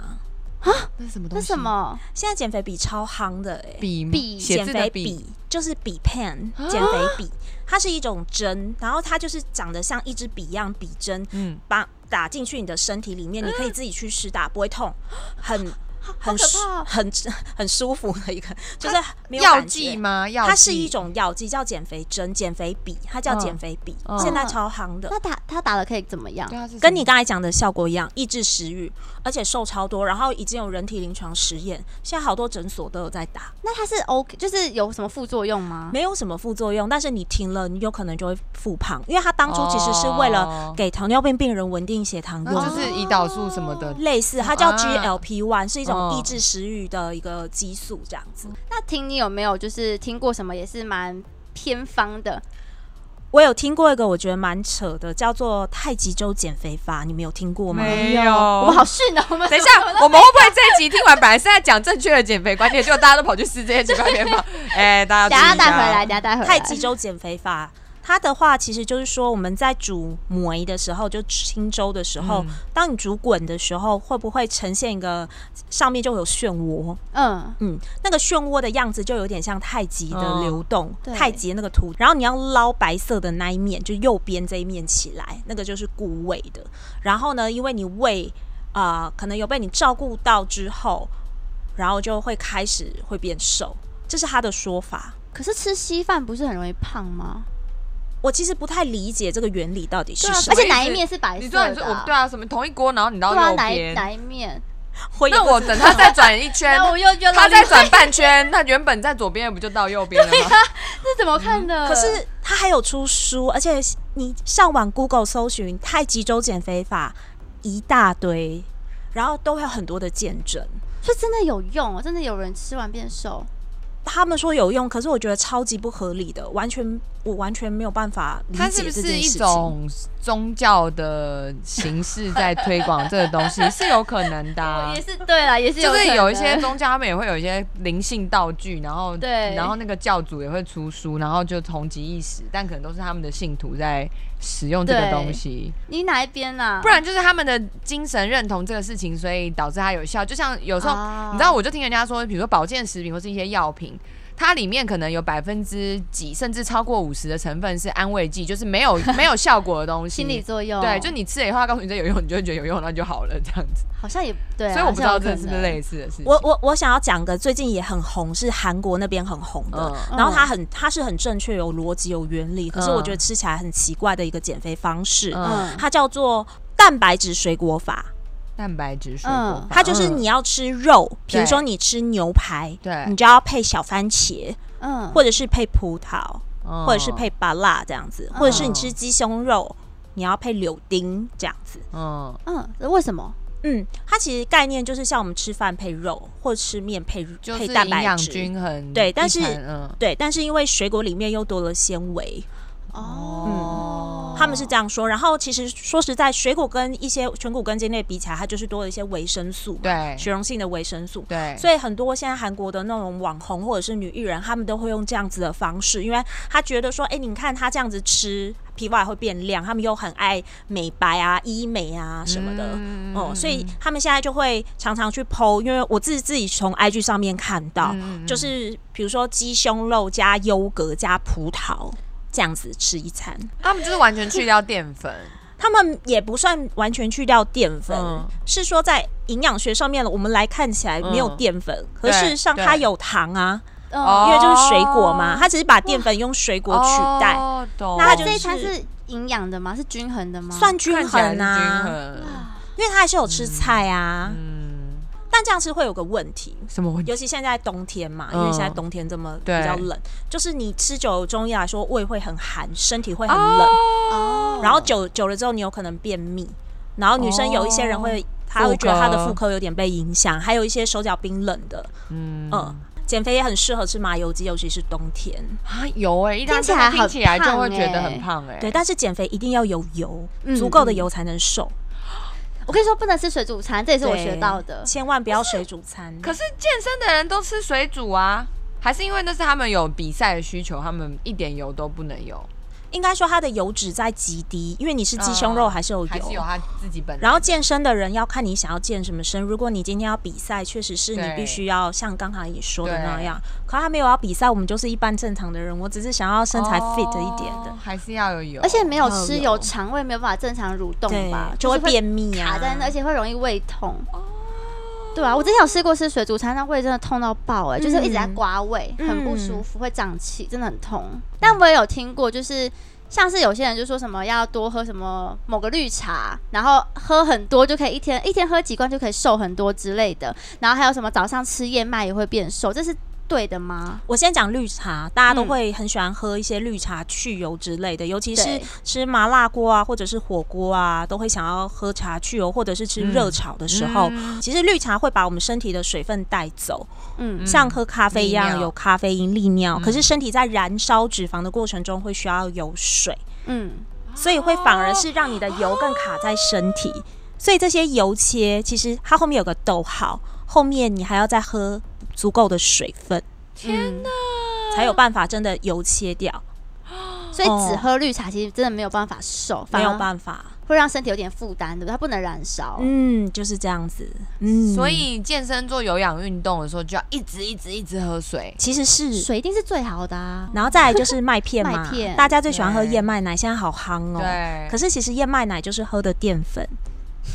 Speaker 2: 那是什么东
Speaker 1: 那
Speaker 2: 西？
Speaker 1: 什么？
Speaker 3: 现在减肥笔超夯的哎、
Speaker 2: 笔吗
Speaker 1: 笔啊
Speaker 2: 写
Speaker 3: 减
Speaker 2: 字
Speaker 3: 肥
Speaker 2: 的笔
Speaker 3: 笔就是笔 pen 减肥笔，它是一种针，然后它就是长得像一支笔一样笔针，
Speaker 2: 嗯
Speaker 3: 把打进去你的身体里面，你可以自己去施打，不会痛，很
Speaker 1: 嗯好
Speaker 3: 很
Speaker 1: 可
Speaker 3: 舒
Speaker 1: 怕哦
Speaker 3: 很很舒服的一个，就是没有
Speaker 2: 药
Speaker 3: 感觉
Speaker 2: 剂吗？药
Speaker 3: 它是
Speaker 2: 剂
Speaker 3: 一种药剂，叫减肥针、减肥笔，它叫
Speaker 2: 嗯
Speaker 3: 减肥笔，
Speaker 2: 嗯
Speaker 3: 现在超夯的
Speaker 1: 那。打他打了可以怎么样
Speaker 2: 对？啊，是什
Speaker 3: 跟
Speaker 2: 么
Speaker 3: 你刚才讲的效果一样，抑制食欲，而且瘦超多，然后已经有人体临床实验，现在好多诊所都有在打，
Speaker 1: 那他是 OK，就是有什么副作用吗？
Speaker 3: 没有什么副作用，但是你停了，你有可能就会复胖，因为它当初其实是为
Speaker 2: 哦
Speaker 3: 了给糖尿病病人稳定血糖用
Speaker 2: 那
Speaker 3: 的，
Speaker 2: 就是胰岛素什么 的。
Speaker 3: 类似，它叫
Speaker 2: 啊
Speaker 3: GLP one，、是一种
Speaker 2: 哦
Speaker 3: 抑制食欲的一个激素，这样子。
Speaker 1: 那听你有没有就是听过什么也是蛮偏方的？
Speaker 3: 我有听过一个我觉得蛮扯的，叫做太极周减肥法，你们有听过吗？
Speaker 2: 有，
Speaker 1: 我们好逊哦、我们
Speaker 2: 等一下，我们会不会这一集听完，本来是在讲正确的减肥观念，结果大家都跑去吃这些奇怪偏 方？哎，大
Speaker 1: 等
Speaker 2: 家
Speaker 1: 一下
Speaker 2: 注意一
Speaker 1: 带
Speaker 2: 下
Speaker 1: 回来，等一下带回来。
Speaker 3: 太极粥减肥法，它的话其实就是说，我们在煮梅的时候，就清粥的时候，
Speaker 2: 嗯
Speaker 3: 当你煮滚的时候，会不会呈现一个上面就有漩涡？
Speaker 1: 嗯，
Speaker 3: 嗯，那个漩涡的样子就有点像太极的
Speaker 2: 哦
Speaker 3: 流动，
Speaker 1: 对
Speaker 3: 太极的那个图。然后你要捞白色的那一面，就右边这一面起来，那个就是固胃的。然后呢，因为你胃啊、呃可能有被你照顾到之后，然后就会开始会变瘦，这是他的说法。
Speaker 1: 可是吃稀饭不是很容易胖吗？
Speaker 3: 我其实不太理解这个原理到底是
Speaker 2: 对啊
Speaker 3: 什
Speaker 1: 而
Speaker 3: 么，
Speaker 1: 且哪一面是白
Speaker 2: 你
Speaker 1: 色
Speaker 2: 说你
Speaker 1: 的
Speaker 2: 说
Speaker 1: 啊、
Speaker 2: 我对啊，什么同一锅，然后你到
Speaker 1: 对啊，
Speaker 2: 右
Speaker 1: 哪一
Speaker 2: 边，啊
Speaker 1: 哪一面？
Speaker 3: 我也
Speaker 2: 那
Speaker 3: 不
Speaker 2: 我
Speaker 3: 知
Speaker 2: 等它再转一圈
Speaker 1: 然，后我又就
Speaker 2: 它再转半圈，那原本在左边的不就到右边了 吗？
Speaker 1: 是怎么看的？
Speaker 3: 嗯可是他还有出书，而且你上网 Google 搜寻太极周减肥法一大堆，然后都会有很多的见证。
Speaker 1: 就真的有用哦，真的有人吃完变瘦。
Speaker 3: 他们说有用，可是我觉得超级不合理的，完全我完全没有办法理
Speaker 2: 它是
Speaker 3: 解
Speaker 2: 不
Speaker 3: 这
Speaker 2: 是
Speaker 3: 件
Speaker 2: 一
Speaker 3: 事情。
Speaker 2: 种宗教的形式在推广这个东 西？是有可能的啊、
Speaker 1: 哦也是对啦，也是
Speaker 2: 就是
Speaker 1: 可
Speaker 2: 有一些
Speaker 1: 能
Speaker 2: 宗教，他们也会有一些灵性道具，然后
Speaker 1: 对
Speaker 2: 然后那个教主也会出书，然后就同极一时，但可能都是他们的信徒在使用这个
Speaker 1: 对
Speaker 2: 东西，
Speaker 1: 你哪一边啊？
Speaker 2: 不然就是他们的精神认同这个事情，所以导致它有效。就像有时候、
Speaker 1: 啊
Speaker 2: 你知道，我就听人家说，比如说保健食品或是一些药品。它里面可能有百分之几，甚至超过五十的成分是安慰剂，就是 没有没有效果的东西。
Speaker 1: 心理作用
Speaker 2: 对，就你吃了以后，它告诉你这有用，你就会觉得有用，那就好了这样子。
Speaker 1: 好像也对啊、
Speaker 2: 所以我不知道
Speaker 1: 好像
Speaker 2: 这
Speaker 1: 有
Speaker 2: 是
Speaker 1: 可
Speaker 2: 不
Speaker 1: 能
Speaker 2: 是类似的事情。
Speaker 3: 我我我想要讲个最近也很红，是韩国那边很红的，
Speaker 2: 嗯
Speaker 3: 然后它很它是很正确、有逻辑、有原理，可是我
Speaker 2: 嗯
Speaker 3: 觉得吃起来很奇怪的一个减肥方式，
Speaker 1: 嗯
Speaker 3: 它叫做蛋白质水果法。
Speaker 2: 蛋白质水果
Speaker 1: 嗯
Speaker 2: 法，
Speaker 3: 它就是你嗯要吃肉，比如
Speaker 2: 对
Speaker 3: 说你吃牛排，
Speaker 2: 对
Speaker 3: 你就要配小番茄，
Speaker 1: 嗯，
Speaker 3: 或者是配葡萄，
Speaker 2: 嗯，
Speaker 3: 或者是配巴辣这样子，或者是你吃鸡胸肉，你要配柳丁这样子。
Speaker 2: 嗯
Speaker 1: 嗯，为什么？
Speaker 3: 嗯，它其实概念就是像我们吃饭配肉，或吃面配
Speaker 2: 就是
Speaker 3: 配蛋
Speaker 2: 营
Speaker 3: 白
Speaker 2: 养
Speaker 3: 质。
Speaker 2: 均衡，
Speaker 3: 对但是
Speaker 2: 一餐嗯
Speaker 3: 对，但是因为水果里面又多了纤维，
Speaker 1: 哦，
Speaker 2: 哦，
Speaker 3: 他们是这样说。然后其实说实在，水果跟一些全谷根茎类比起来，它就是多了一些维生素嘛，
Speaker 2: 对
Speaker 3: 水溶性的维生素。
Speaker 2: 对，
Speaker 3: 所以很多现在韩国的那种网红或者是女艺人，她们都会用这样子的方式，因为她觉得说，哎、你看她这样子吃，皮肤还会变亮，她们又很爱美白啊、医美啊什么的，
Speaker 2: 嗯
Speaker 3: 哦、所以她们现在就会常常去剖，因为我自自己从 IG 上面看到，就是比如说鸡胸肉加优格加葡萄这样子吃一餐。
Speaker 2: 他们就是完全去掉淀 粉，
Speaker 3: 他们也不算完全去掉淀粉，
Speaker 2: 嗯
Speaker 3: 是说在营养学上面，我们来看起来没有淀粉，可
Speaker 2: 对
Speaker 3: 事实上它
Speaker 2: 对
Speaker 3: 有糖啊，
Speaker 2: 哦
Speaker 1: 哦，
Speaker 3: 因为就是水果嘛，它只是把淀粉用水果取代，
Speaker 2: 哦懂
Speaker 3: 那它就
Speaker 1: 这一
Speaker 3: 是
Speaker 1: 餐是营养的吗？是均衡的吗？
Speaker 3: 算均
Speaker 2: 看起来是
Speaker 3: 衡
Speaker 2: 均
Speaker 3: 啊，
Speaker 2: 衡，
Speaker 3: 因为它还是有吃菜啊，
Speaker 2: 嗯，
Speaker 3: 但这样吃会有个问题。
Speaker 2: 什么问题？
Speaker 3: 尤其现在冬天嘛，
Speaker 2: 嗯
Speaker 3: 因为现在冬天这么比
Speaker 2: 对
Speaker 3: 较冷，就是你吃久了，中医来说胃会很寒，身体会很
Speaker 2: 啊
Speaker 3: 冷，
Speaker 2: 哦
Speaker 3: 然后久久了之后，你有可能便秘。然后女生有一些人会，她会觉得
Speaker 2: 妇科
Speaker 3: 她的妇科有点被影响，还有一些手脚冰冷的，
Speaker 2: 嗯
Speaker 3: 嗯，减肥也很适合吃麻油鸡，尤其是冬天。
Speaker 2: 啊有哎，一听
Speaker 1: 起来
Speaker 2: 听起来
Speaker 1: 很
Speaker 2: 就
Speaker 1: 胖
Speaker 2: 会觉得很
Speaker 1: 欸
Speaker 2: 胖哎，
Speaker 3: 对，但是减肥一定要有油，
Speaker 1: 嗯
Speaker 3: 足够的油才能瘦。
Speaker 1: 我跟你说不能吃水煮餐，这也是我学
Speaker 3: 对
Speaker 1: 到的。
Speaker 3: 千万不要水煮餐。
Speaker 2: 可是健身的人都吃水煮啊，还是因为那是他们有比赛的需求，他们一点油都不能有，
Speaker 3: 应该说它的油脂在极低，因为你是鸡
Speaker 2: 嗯
Speaker 3: 胸肉还是有油。
Speaker 2: 还是有他自己本人。
Speaker 3: 然后健身的人要看你想要健什么身。如果你今天要比赛，确实是你
Speaker 2: 对
Speaker 3: 必须要像刚才你说的
Speaker 2: 对
Speaker 3: 那样。可他没有要比赛，我们就是一般正常的人。我只是想要身材 fit 一点的嗯
Speaker 2: 哦，还是要有油，
Speaker 1: 而且没有
Speaker 3: 要
Speaker 1: 吃
Speaker 3: 有
Speaker 1: 油，肠胃没有办法正常蠕动
Speaker 3: 对
Speaker 1: 吧，，
Speaker 3: 就会便秘啊，
Speaker 1: 卡在那，而且会容易胃痛。
Speaker 3: 哦
Speaker 1: 对啊，我之前有试过吃水煮餐，但胃真的痛到爆哎、就是一直在
Speaker 3: 嗯
Speaker 1: 刮胃，很不舒
Speaker 3: 嗯
Speaker 1: 服，会胀气，真的很痛。但我也有听过，就是像是有些人就说什么要多喝什么某个绿茶，然后喝很多就可以一天一天喝几罐就可以瘦很多之类的，然后还有什么早上吃燕麦也会变瘦，这是对的吗？
Speaker 3: 我先讲绿茶，大家都
Speaker 1: 嗯
Speaker 3: 会很喜欢喝一些绿茶去油之类的，尤其是
Speaker 1: 对
Speaker 3: 吃麻辣锅啊，或者是火锅啊，都会想要喝茶去油，或者是吃
Speaker 1: 嗯
Speaker 3: 热炒的时候，其实绿茶会把我们身体的水分带走，
Speaker 1: 嗯，
Speaker 3: 像喝咖啡一
Speaker 2: 利
Speaker 3: 样
Speaker 2: 尿
Speaker 3: 有咖啡因利
Speaker 2: 嗯
Speaker 3: 尿，可是身体在燃烧脂肪的过程中会需要有水，
Speaker 1: 嗯，
Speaker 3: 所以会反而是让你的油更卡在身体，所以这些油切其实它后面有个逗号，后面你还要再喝足够的水分。
Speaker 1: 天哪！
Speaker 3: 才有办法真的油切掉，
Speaker 2: 嗯
Speaker 1: 所以只
Speaker 3: 哦
Speaker 1: 喝绿茶其实真的没有办法瘦，
Speaker 3: 没
Speaker 1: 反
Speaker 3: 有
Speaker 1: 而
Speaker 3: 办
Speaker 2: 啊
Speaker 3: 法。
Speaker 1: 会让身体有点负担，对不对？它不能燃烧。
Speaker 3: 嗯，就是这样子。嗯，
Speaker 2: 所以健身做有氧运动的时候，就要一直一直一直喝水。
Speaker 3: 其实是，
Speaker 1: 水一定是最好的啊。
Speaker 3: 然后再来就是麦片嘛
Speaker 1: 麦，片
Speaker 3: 大家最喜欢喝
Speaker 2: 对
Speaker 3: 燕麦奶，现在好夯哦。
Speaker 2: 对，
Speaker 3: 可是其实燕麦奶就是喝的淀粉，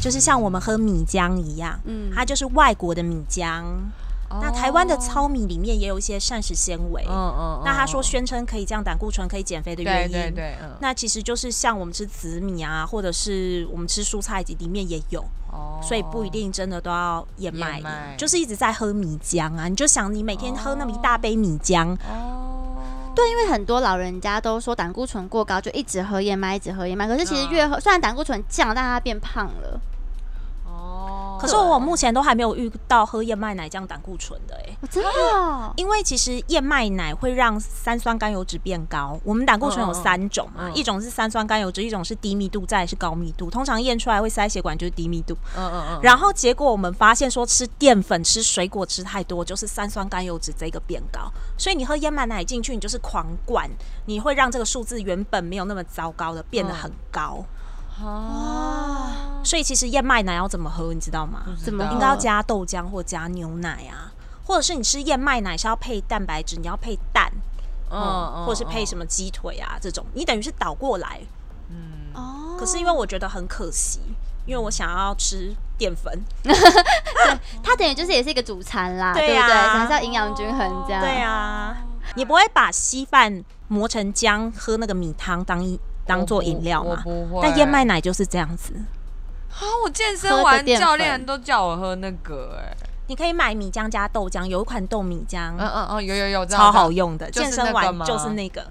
Speaker 3: 就是像我们喝米浆一样，
Speaker 1: 嗯，
Speaker 3: 它就是外国的米浆。
Speaker 2: 嗯
Speaker 3: 那台湾的糙米里面也有一些膳食纤维
Speaker 2: 哦，。嗯嗯
Speaker 3: 那他说宣称可以降胆固醇、可以减肥的原
Speaker 2: 对对
Speaker 3: 因，
Speaker 2: 对，嗯，
Speaker 3: 那其实就是像我们吃紫米啊，或者是我们吃蔬菜里面也有。
Speaker 2: 哦
Speaker 3: 所以不一定真的都要燕麦
Speaker 2: 燕麦
Speaker 3: 饮，就是一直在喝米浆啊。你就想，你每天喝那么一大杯米浆，
Speaker 2: 哦，
Speaker 1: 对，因为很多老人家都说胆固醇过高，就一直喝燕麦，一直喝燕麦。可是其实
Speaker 2: 嗯
Speaker 1: 越喝，虽然胆固醇降，但它变胖了。
Speaker 2: 哦，
Speaker 3: 可是我目前都还没有遇到喝燕麦奶这样胆固醇的哎、
Speaker 1: 我真的哦，
Speaker 3: 因为其实燕麦奶会让三酸甘油脂变高。我们胆固醇有三种嘛，
Speaker 2: 嗯嗯嗯
Speaker 3: 一种是三酸甘油脂，一种是低密度，再来是高密度。通常验出来会塞血管就是低密度。
Speaker 2: 嗯嗯嗯，
Speaker 3: 然后结果我们发现说，吃淀粉、吃水果吃太多，就是三酸甘油脂这个变高。所以你喝燕麦奶进去，你就是狂灌，你会让这个数字原本没有那么糟糕的变得很高。
Speaker 2: 哦，
Speaker 3: 所以其实燕麦奶要怎么喝，你知道吗？
Speaker 2: 嗯
Speaker 1: 怎么
Speaker 3: 应该要加豆浆或加牛奶啊，或者是你吃燕麦奶是要配蛋白质，你要配蛋，嗯，或者是配什
Speaker 2: 么？
Speaker 3: 么鸡腿啊这种，你等于是倒过来。
Speaker 2: 嗯，
Speaker 1: 哦，
Speaker 3: 可是因为我觉得很可惜，因为我想要吃淀粉。
Speaker 1: 它等于就是也是一个主餐啦，
Speaker 3: 对
Speaker 1: 对不对？
Speaker 3: 呀
Speaker 1: 还是要营养均衡这样。
Speaker 3: 对啊，你不会把稀饭磨成浆喝那个米汤当一当做饮料
Speaker 2: 我
Speaker 3: 吗？
Speaker 2: 不会，
Speaker 3: 但燕麦奶就是这样子，
Speaker 2: 啊，我健身
Speaker 1: 喝的
Speaker 2: 完
Speaker 1: 淀
Speaker 2: 教
Speaker 1: 粉
Speaker 2: 练都叫我喝那个，哎，
Speaker 3: 你可以买米浆加豆浆，有一款豆米浆、
Speaker 2: 嗯嗯嗯，有有有，知道
Speaker 3: 超好
Speaker 2: 知道
Speaker 3: 用的，
Speaker 2: 就是
Speaker 3: 健
Speaker 2: 那个
Speaker 3: 身完
Speaker 2: 吗
Speaker 3: 就是那个。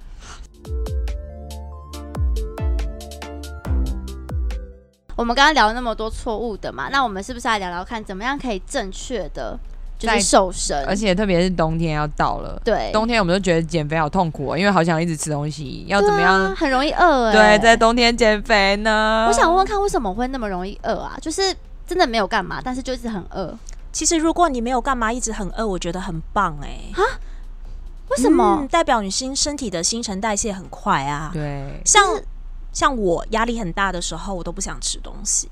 Speaker 1: 我们刚刚聊了那么多错误的嘛，那我们是不是来聊聊看，怎么样可以正确的就是瘦身，
Speaker 2: 而且特别是冬天要到了，
Speaker 1: 对，
Speaker 2: 冬天我们都觉得减肥好痛苦、哦，因为好想一直吃东西，要
Speaker 1: 对
Speaker 2: 怎么样？
Speaker 1: 啊、很容易饿、
Speaker 2: 对，
Speaker 1: 欸。
Speaker 2: 在冬天减肥呢？
Speaker 1: 我想问问看，为什么会那么容易饿啊？就是真的没有干嘛，但是就一直很饿，
Speaker 3: 其实如果你没有干嘛，一直很饿，我觉得很棒哎、
Speaker 1: 为什么？
Speaker 3: 嗯代表你新身体的新陈代谢很快啊。
Speaker 2: 对
Speaker 3: 像像我压力很大的时候，我都不想吃东西，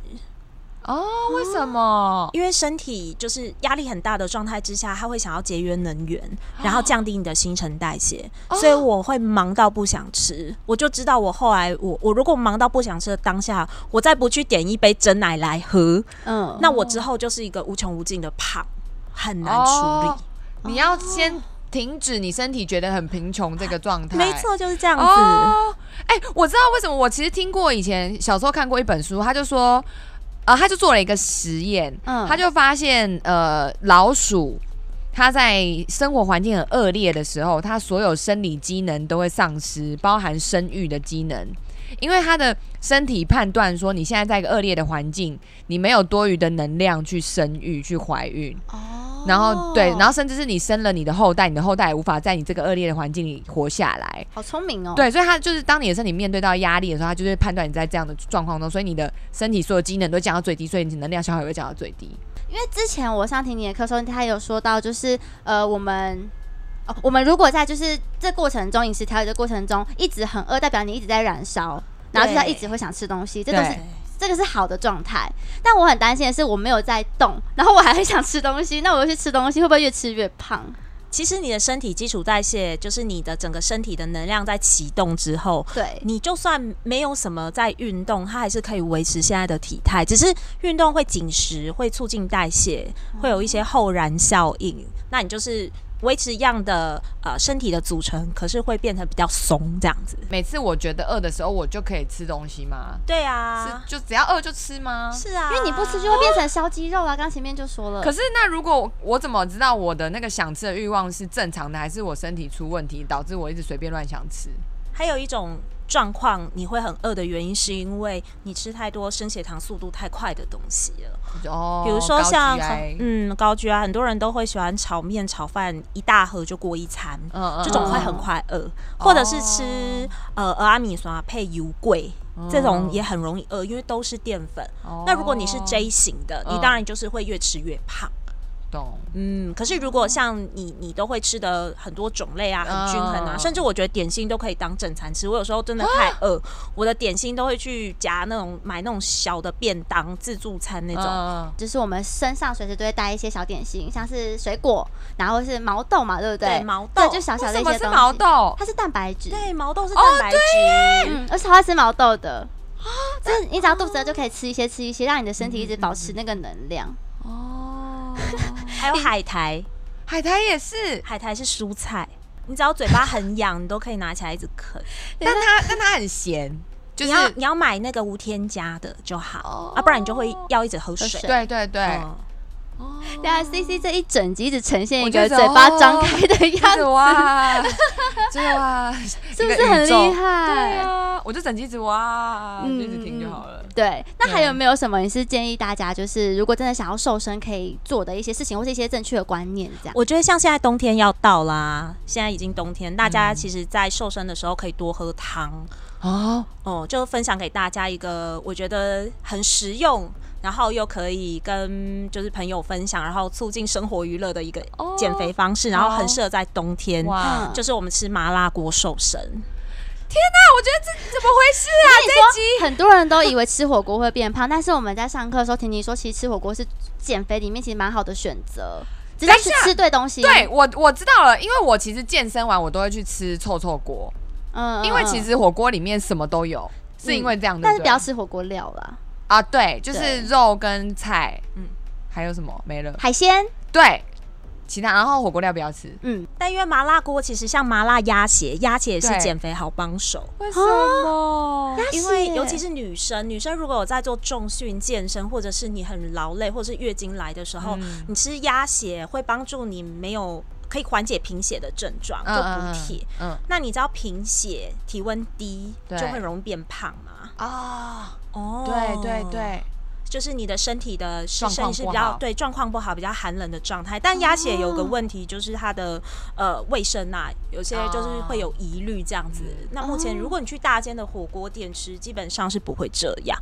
Speaker 2: 哦，
Speaker 3: 嗯
Speaker 2: 为什么？
Speaker 3: 因为身体就是压力很大的状态之下，它会想要节约能源，
Speaker 2: 哦
Speaker 3: 然后降低你的新陈代谢，所以我会忙到不想吃。我就知道我后来我我如果忙到不想吃的当下，我再不去点一杯真奶来喝，
Speaker 2: 哦
Speaker 1: 嗯，
Speaker 3: 那我之后就是一个无穷无尽的胖，很难处理。
Speaker 2: 哦你要先停止你身体觉得很贫穷这个状态，
Speaker 3: 没。错，就是这样子。
Speaker 2: 哦，哎、我知道为什么。我其实听过以前小时候看过一本书，他就说，呃，他就做了一个实验，
Speaker 1: 嗯
Speaker 2: 他就发现，呃，老鼠它在生活环境很恶劣的时候，它所有生理机能都会丧失，包含生育的机能。因为它的身体判断说，你现在在一个恶劣的环境，你没有多余的能量去生育、去怀孕，
Speaker 1: 哦
Speaker 2: 然后对，然后甚至是你生了你的后代，你的后代也无法在你这个恶劣的环境里活下来。
Speaker 1: 好聪明哦，，
Speaker 2: 对，所以他就是当你的身体面对到压力的时候，他就会判断你在这样的状况中，所以你的身体所有机能都降到最低，所以你能量消耗也会降到最低。
Speaker 1: 因为之前我上婷婷的课的时候，她有说到，就是呃，我们。哦，我们如果在就是这过程中饮食调理的过程中一直很饿，代表你一直在燃烧，然后就在一直会想吃东西，这都是
Speaker 2: 对
Speaker 1: 这个是好的状态。但我很担心的是，我没有在动，然后我还很想吃东西，那我又去吃东西，会不会越吃越胖？
Speaker 3: 其实你的身体基础代谢，就是你的整个身体的能量在启动之后，
Speaker 1: 对，
Speaker 3: 你就算没有什么在运动，它还是可以维持现在的体态。只是运动会紧实，会促进代谢，会有一些后燃效应。那你就是维持一样的呃身体的组成，可是会变成比较松这样子。
Speaker 2: 每次我觉得饿的时候，我就可以吃东西吗？
Speaker 3: 对啊，
Speaker 2: 是就只要饿就吃吗？
Speaker 3: 是啊，
Speaker 1: 因为你不吃就会变成烧鸡肉啊，刚前面就说了。
Speaker 2: 可是那如果我我怎么知道我的那个想吃的欲望是正常的，还是我身体出问题导致我一直随便乱想吃？
Speaker 3: 还有一种状况，你会很饿的原因，是因为你吃太多升血糖速度太快的东西了。
Speaker 2: 哦，
Speaker 3: 比如说像
Speaker 2: 高 GI
Speaker 3: 嗯高居啊，很多人都会喜欢炒面、炒饭，一大盒就过一餐，
Speaker 2: 嗯
Speaker 3: 这种会很快饿，或者是吃呃阿米刷配油桂。这种也很容易饿，因为都是淀粉。那如果你是 J 型的，
Speaker 2: 嗯
Speaker 3: 你当然就是会越吃越胖。
Speaker 2: 懂
Speaker 3: 嗯，可是如果像你，你都会吃的很多种类啊，很均衡啊，
Speaker 2: 嗯
Speaker 3: 甚至我觉得点心都可以当正餐吃。我有时候真的太饿，我的点心都会去夹那种买那种小的便当自助餐那种。
Speaker 2: 嗯
Speaker 1: 就是我们身上随时都会带一些小点心，像是水果，然后是毛豆嘛，对不对？
Speaker 3: 对毛豆
Speaker 1: 对，就小小
Speaker 2: 为
Speaker 1: 的
Speaker 2: 什
Speaker 1: 一些东
Speaker 2: 么
Speaker 1: 西。
Speaker 2: 是毛，豆？
Speaker 1: 它是蛋白质。
Speaker 3: 对，毛豆是蛋白质。
Speaker 1: 嗯，而且超爱吃毛豆的。
Speaker 2: 啊
Speaker 1: 就是你只要肚子饿就可以吃一些，吃一些，让你的身体一直保持那个能量。
Speaker 2: 哦，
Speaker 3: 还有海苔，
Speaker 2: 海苔也是，
Speaker 3: 海苔是蔬菜，你只要嘴 巴很痒，你都可以拿起来一直啃。
Speaker 2: 但它但它很咸，就
Speaker 3: 你
Speaker 2: 是哦
Speaker 3: 要你要买那个无添加的就好，啊，不然你就会要一直喝水
Speaker 1: 水。
Speaker 2: 对对对，
Speaker 3: 嗯
Speaker 1: 对啊，C C 这一整集一直呈现一
Speaker 2: 我
Speaker 1: 个
Speaker 2: 觉得哦
Speaker 1: 嘴巴张开的样
Speaker 2: 就是
Speaker 1: 子，
Speaker 2: 哇，真的哇，
Speaker 1: 是
Speaker 2: 是
Speaker 1: 不是很厉
Speaker 2: 对
Speaker 1: 害？
Speaker 2: 啊，我就整机子哇，
Speaker 1: 嗯
Speaker 2: 就一直听就好了。
Speaker 1: 对，那还
Speaker 2: 嗯
Speaker 1: 有没有什么你是建议大家，就是如果真的想要瘦身，可以做的一些事情，或是一些正确的观念，这样？
Speaker 3: 我觉得像现在冬天要到啦，现在已经冬天，大
Speaker 2: 嗯
Speaker 3: 家其实在瘦身的时候可以多喝汤
Speaker 2: 哦，
Speaker 3: 哦、就分享给大家一个我觉得很实用，然后又可以跟就是朋友分享，然后促进生活娱乐的一个
Speaker 2: 哦
Speaker 3: 减肥方式，然后很
Speaker 2: 好
Speaker 3: 适合在冬天，
Speaker 2: 哇
Speaker 1: 嗯，
Speaker 3: 就是我们吃麻辣锅瘦身。
Speaker 2: 那我觉得这怎么回事啊？这一集
Speaker 1: 很多人都以为吃火锅会变胖，但是我们在上课的时候，婷婷说，其实吃火锅是减肥里面其实蛮好的选择，只是
Speaker 2: 等一
Speaker 1: 去
Speaker 2: 下
Speaker 1: 吃对东西。
Speaker 2: 对，我我知道了，因为我其实健身完我都会去吃臭臭锅，
Speaker 1: 嗯
Speaker 2: 因为其
Speaker 1: 实，
Speaker 2: 实火锅里面什么都有，是因为这样的。
Speaker 1: 但是不要
Speaker 2: 对
Speaker 1: 吃火锅料啦，
Speaker 2: 啊，对，就
Speaker 1: 对
Speaker 2: 是肉跟菜，嗯
Speaker 3: 嗯，
Speaker 2: 还有什么没了？
Speaker 1: 海鲜，
Speaker 2: 对，其他然后火锅料不要吃。
Speaker 1: 嗯，
Speaker 3: 但因为麻辣锅其实像麻辣鸭血，鸭血也是
Speaker 2: 对
Speaker 3: 减肥好帮手。
Speaker 2: 为什么？
Speaker 3: 因为
Speaker 1: 是
Speaker 3: 尤其是女生，女生如果有在做重训、健身，或者是你很劳累，或者是月经来的时候，
Speaker 2: 嗯
Speaker 3: 你吃鸭血会帮助你没有可以缓解贫血的症状，就
Speaker 2: 嗯
Speaker 3: 补铁。
Speaker 2: 嗯
Speaker 3: 那你知道贫血、体温低
Speaker 2: 对嗯
Speaker 3: 就会容易变胖吗？
Speaker 2: 啊，
Speaker 3: 哦
Speaker 2: 对对，对，
Speaker 3: 就是你的身体的是
Speaker 2: 状况
Speaker 3: 身体是比
Speaker 2: 不好
Speaker 3: 较对状况不好、比较寒冷的状态。但鸭血有个问题就是它的呃卫生啊，有些就是会有疑虑这样子。那目前如果你去大间的火锅店吃，基本上是不会这样。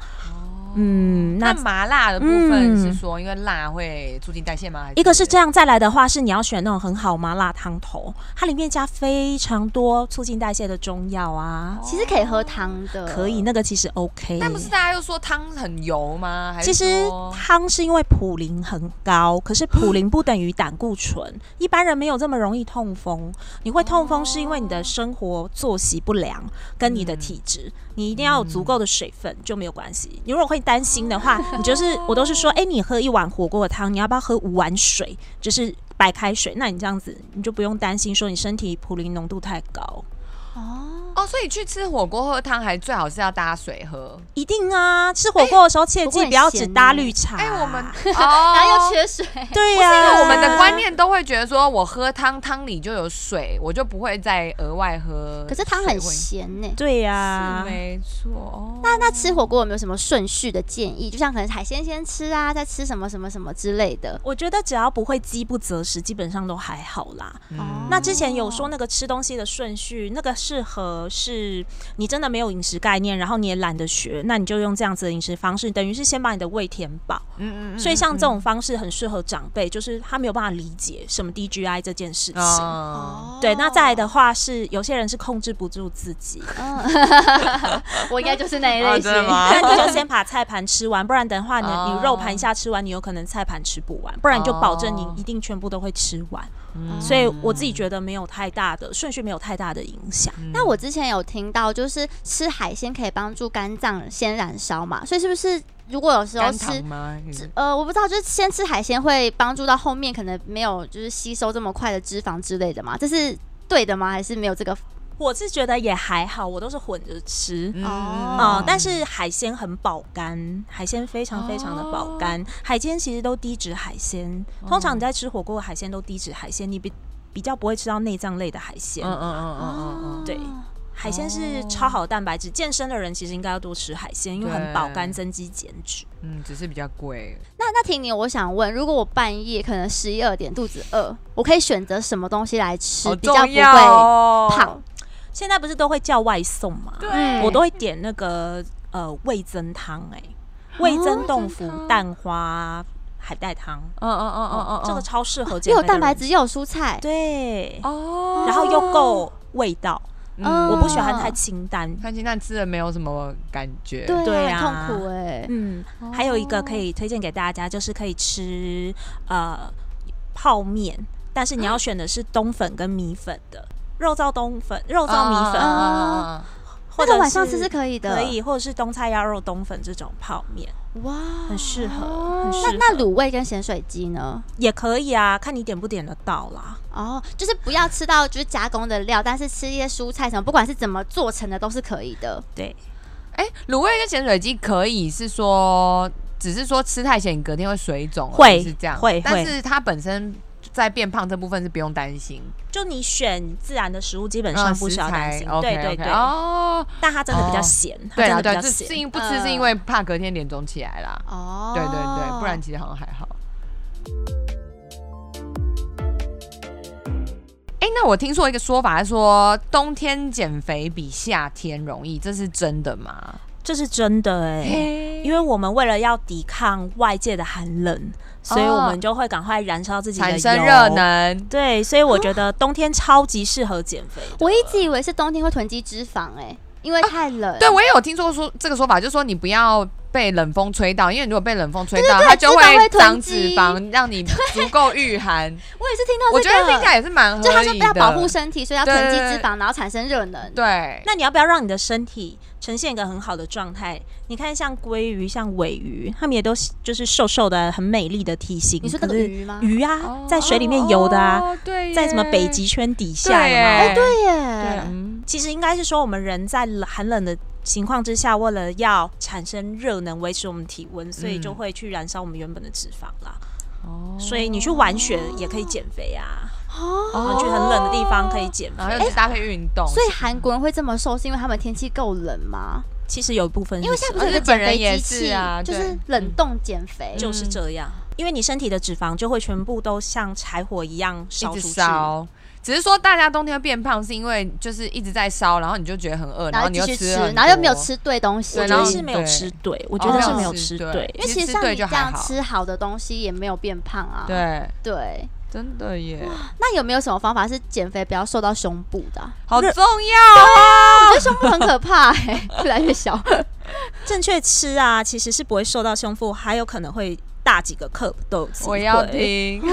Speaker 3: 嗯，
Speaker 2: 那
Speaker 3: 那
Speaker 2: 麻辣的部分是
Speaker 3: 嗯
Speaker 2: 说，因为辣会促进代谢吗？还
Speaker 3: 一个是这，样，再来的话是你要选那种很好麻辣汤头，它里面加非常多促进代谢的中药啊，
Speaker 1: 其实可以喝汤的，
Speaker 3: 可以，那个其实 OK。
Speaker 2: 但不是大家又说汤很油吗？还
Speaker 3: 其
Speaker 2: 是
Speaker 3: 实
Speaker 2: 说
Speaker 3: 汤是因为普林很高，可是普林不等于胆固醇，一般人没有这么容易痛风。你会痛风是因为你的生活作息不良跟你的体
Speaker 2: 嗯
Speaker 3: 质，你一定要有足够的水分就没有关系。你如果会担心的话，你就是 我都是说，哎、你喝一碗火锅的汤，你要不要喝五碗水？就是。白开水，那你这样子你就不用担心说你身体普林浓度太高，
Speaker 1: 哦，
Speaker 2: 哦，所以去吃火锅喝汤还最好是要搭水 喝。哦
Speaker 3: 一定啊！吃火锅的时候切
Speaker 1: 不
Speaker 3: 记
Speaker 1: 会
Speaker 3: 不要只
Speaker 1: 咸呢
Speaker 3: 搭绿茶。
Speaker 2: 哎，我们
Speaker 1: 然
Speaker 2: 哪
Speaker 1: 后又缺水，
Speaker 3: 对啊呀、
Speaker 2: 因为我们的观念都会觉得说，我喝汤，汤里就有水，我就不会再额外 喝水
Speaker 1: 可
Speaker 2: 或。
Speaker 1: 是汤很咸呢、
Speaker 3: 对呀、
Speaker 2: 是没错。哦
Speaker 1: 那那吃火锅有没有什么顺序的建议？就像可能海鲜先吃啊，再吃什么什么什么之类的。
Speaker 3: 我觉得只要不会饥不择食，基本上都还好啦。
Speaker 2: 嗯
Speaker 1: 哦
Speaker 3: 那之前有说那个吃东西的顺序，那个适合是你真的没有饮食概念，然后你也懒得学，那你就用这样子的饮食方式，等于是先把你的胃填饱。
Speaker 2: 嗯
Speaker 3: 所以像这种方式很适合长辈，就是他没有办法理解什么 DGI 这件事情。
Speaker 2: 哦，
Speaker 3: 对，那再来的话是有些人是控制不住自己，
Speaker 1: 我应该就是那一
Speaker 2: 啊
Speaker 1: 类型。
Speaker 2: 真的 吗？
Speaker 3: 那你就先把菜盘吃完，不然等话你
Speaker 2: 哦
Speaker 3: 你肉盘一下吃完，你有可能菜盘吃不完，不然你就保证你一定全部都会吃完。所以我自己觉得没有太大的顺序，没有太大的影响。
Speaker 1: 那我之前有听到，就是吃海鲜可以帮助肝脏先燃烧嘛，所以是不是如果有时候
Speaker 2: 肝
Speaker 1: 吃
Speaker 2: 糖吗？
Speaker 1: 呃，我不知道，就是先吃海鲜会帮助到后面可能没有就是吸收这么快的脂肪之类的嘛？这是对的吗？还是没有这
Speaker 3: 哦
Speaker 1: 个？
Speaker 3: 我是觉得也还好，我都是混着吃。
Speaker 2: 嗯
Speaker 1: 哦
Speaker 3: 啊、
Speaker 1: 嗯
Speaker 3: 但是海鲜很保肝，海鲜非常非常的保肝。海鲜其实都低脂海鲜，通常你在吃火锅的海鲜都低脂海鲜，你比比较不会吃到内脏类的海鲜。
Speaker 2: 嗯嗯嗯嗯嗯
Speaker 3: 哦对，海鲜是超
Speaker 1: 哦
Speaker 3: 好的蛋白质，健身的人其实应该要多吃海鲜，因为很保肝、增肌、减脂。
Speaker 2: 嗯，只是比较贵。
Speaker 1: 那那婷婷，我想问，如果我半夜可能十一二点肚子饿，我可以选择什么东西来吃，
Speaker 2: 好
Speaker 1: 比较
Speaker 2: 重
Speaker 1: 不
Speaker 2: 要
Speaker 1: 会
Speaker 2: 哦
Speaker 1: 胖？
Speaker 3: 现在不是都会叫外送吗？
Speaker 1: 嗯
Speaker 3: 我都会点那个呃味增汤，哎，
Speaker 1: 哦
Speaker 3: 味增豆腐、
Speaker 2: 汤
Speaker 3: 蛋花、海带汤，
Speaker 2: 嗯嗯嗯嗯嗯，
Speaker 3: 这个超适合减
Speaker 1: 哦又
Speaker 3: 肥
Speaker 1: 有
Speaker 3: 的
Speaker 1: 蛋白
Speaker 3: 人
Speaker 1: 质，又有蔬菜，
Speaker 3: 对，
Speaker 2: 哦，
Speaker 3: 然后又够味道。
Speaker 1: 嗯
Speaker 3: 我不喜欢太清淡。
Speaker 2: 看清淡吃了没有什么感觉。
Speaker 1: 对啊，
Speaker 3: 对啊
Speaker 1: 很痛苦哎、
Speaker 3: 嗯，还有一个可以推荐给大家，就是可以吃呃泡面，但是你要选的是冬粉跟米粉的。肉燥冬粉、肉
Speaker 2: 哦，
Speaker 3: 燥米粉，
Speaker 1: 啊
Speaker 2: 哦
Speaker 1: 那
Speaker 3: 或者
Speaker 1: 个晚上吃
Speaker 3: 是
Speaker 1: 是可以的，
Speaker 3: 可以，或者是冬菜鸭肉冬粉这种泡面，
Speaker 1: 哇，
Speaker 3: 很适合，很适
Speaker 1: 那
Speaker 3: 合。
Speaker 1: 那卤味跟咸水鸡呢？
Speaker 3: 也可以啊，看你点不点得到啦。
Speaker 1: 哦，就是不要吃到就是加工的料，但是吃一些蔬菜什么，不管是怎么做成的都是可以的。
Speaker 3: 对，
Speaker 2: 哎，卤味跟咸水鸡可以是说，只是说吃太咸，你隔天会水肿，
Speaker 3: 会
Speaker 2: 是这样，
Speaker 3: 会
Speaker 2: 但
Speaker 3: 会
Speaker 2: 是它本身在变胖这部分是不用担心，
Speaker 3: 就你选自然的食物，基本
Speaker 2: 哦
Speaker 3: 上不需要担心。
Speaker 2: o
Speaker 3: 对
Speaker 2: k
Speaker 3: 对对，
Speaker 2: 哦，
Speaker 3: 但它真的比
Speaker 2: 哦
Speaker 3: 较咸，它
Speaker 2: 对
Speaker 3: 真
Speaker 2: 啊
Speaker 3: 的
Speaker 2: 对
Speaker 3: 比
Speaker 2: 啊，
Speaker 3: 较
Speaker 2: 是是
Speaker 3: 咸。
Speaker 2: 因不吃是因为怕隔天脸肿起来啦，
Speaker 1: 哦，
Speaker 2: 对对对，不然其实好像还好。哎，那我听说一个说法，说冬天减肥比夏天容易，这是真的吗？
Speaker 3: 这是真的哎、
Speaker 2: 嘿
Speaker 3: 因为我们为了要抵抗外界的寒冷，所以我们就会赶快燃烧自己的
Speaker 2: 产生热
Speaker 3: 油。
Speaker 2: 能，
Speaker 3: 对，所以我觉得冬天超级适合减肥。
Speaker 1: 我一直以为是冬天会囤积脂肪、哎，因为太冷。
Speaker 2: 对，我也有听说说这个说法，就是说你不要被冷风吹到，因为你如果被冷风吹
Speaker 1: 对
Speaker 2: 到，
Speaker 1: 对对
Speaker 2: 它就
Speaker 1: 脂肪会囤
Speaker 2: 长脂
Speaker 1: 积
Speaker 2: 肪，让你足够御寒。
Speaker 1: 我也是听到这个。
Speaker 2: 我觉得听起来也是蛮合理
Speaker 1: 就
Speaker 2: 的。
Speaker 1: 他说要保护身体，所以要囤积
Speaker 2: 对对对
Speaker 1: 脂肪，然后产生热能。
Speaker 2: 对，
Speaker 3: 那你要不要让你的身体呈现一个很好的状态？你看，像鲑鱼、像尾鱼，它们也都是就是瘦瘦的、很美丽的体型。
Speaker 1: 你说那
Speaker 3: 可
Speaker 1: 个
Speaker 3: 是
Speaker 1: 鱼吗？
Speaker 3: 鱼啊，在水里面游的啊，
Speaker 2: 哦，对耶，
Speaker 3: 在什么北极圈底下
Speaker 2: 对
Speaker 3: 有没有
Speaker 2: 耶，
Speaker 1: 哦对耶，
Speaker 2: 对嗯
Speaker 3: 其实应该是说，我们人在冷寒冷的情况之下，为了要产生热能维持我们体温，所以就会去燃烧我们原本的脂肪啦。
Speaker 2: 哦
Speaker 3: 所以你去玩雪也可以减肥啊，
Speaker 1: 哦，
Speaker 3: 然后去很冷的地方可以减
Speaker 2: 然后
Speaker 3: 肥。啊
Speaker 2: 又去搭配运动，
Speaker 1: 所以韩国人会这么瘦，是因为他们天气够冷吗？
Speaker 3: 其实有一部分是
Speaker 1: 因为现在不是
Speaker 2: 啊
Speaker 1: 有个
Speaker 2: 日本
Speaker 1: 减
Speaker 2: 人
Speaker 1: 肥
Speaker 2: 也
Speaker 1: 机器，
Speaker 2: 是啊
Speaker 1: 就
Speaker 2: 对
Speaker 1: 是冷冻减肥，
Speaker 3: 就是这样，因为你身体的脂肪就会全部都像柴火一样烧
Speaker 2: 一
Speaker 3: 出
Speaker 2: 直
Speaker 3: 去。
Speaker 2: 烧。只是说大家冬天会变胖，是因为就是一直在烧，然后你就觉得很饿，
Speaker 1: 然
Speaker 2: 后
Speaker 1: 后
Speaker 2: 你
Speaker 1: 继
Speaker 2: 又
Speaker 1: 续吃，
Speaker 2: 很
Speaker 1: 然后又没有
Speaker 2: 多，
Speaker 1: 吃对东西，
Speaker 2: 对
Speaker 3: 我
Speaker 1: 就
Speaker 2: 然
Speaker 3: 觉得
Speaker 2: 后
Speaker 1: 是
Speaker 3: 是没有
Speaker 2: 对
Speaker 3: 吃对，我
Speaker 2: 哦
Speaker 3: 觉得是
Speaker 2: 没
Speaker 3: 没
Speaker 2: 有
Speaker 3: 有
Speaker 2: 吃
Speaker 3: 吃
Speaker 2: 对
Speaker 3: 对。
Speaker 1: 因为
Speaker 2: 其
Speaker 1: 其
Speaker 2: 实
Speaker 1: 实像
Speaker 2: 对
Speaker 1: 你
Speaker 2: 就
Speaker 1: 这
Speaker 2: 还
Speaker 1: 样
Speaker 2: 好
Speaker 1: 吃好的东西也没有变胖啊。
Speaker 2: 对，
Speaker 1: 对
Speaker 2: 真的耶，
Speaker 1: 那有没有什么方法是减肥不要瘦到胸部的啊、
Speaker 2: 好重要啊
Speaker 1: 我觉得胸部很可怕、欸，越来越 小。
Speaker 3: 正确吃啊，其实是不会受到胸腹，还有可能会大几个克都有机
Speaker 2: 哦！
Speaker 3: 会
Speaker 2: 我要听，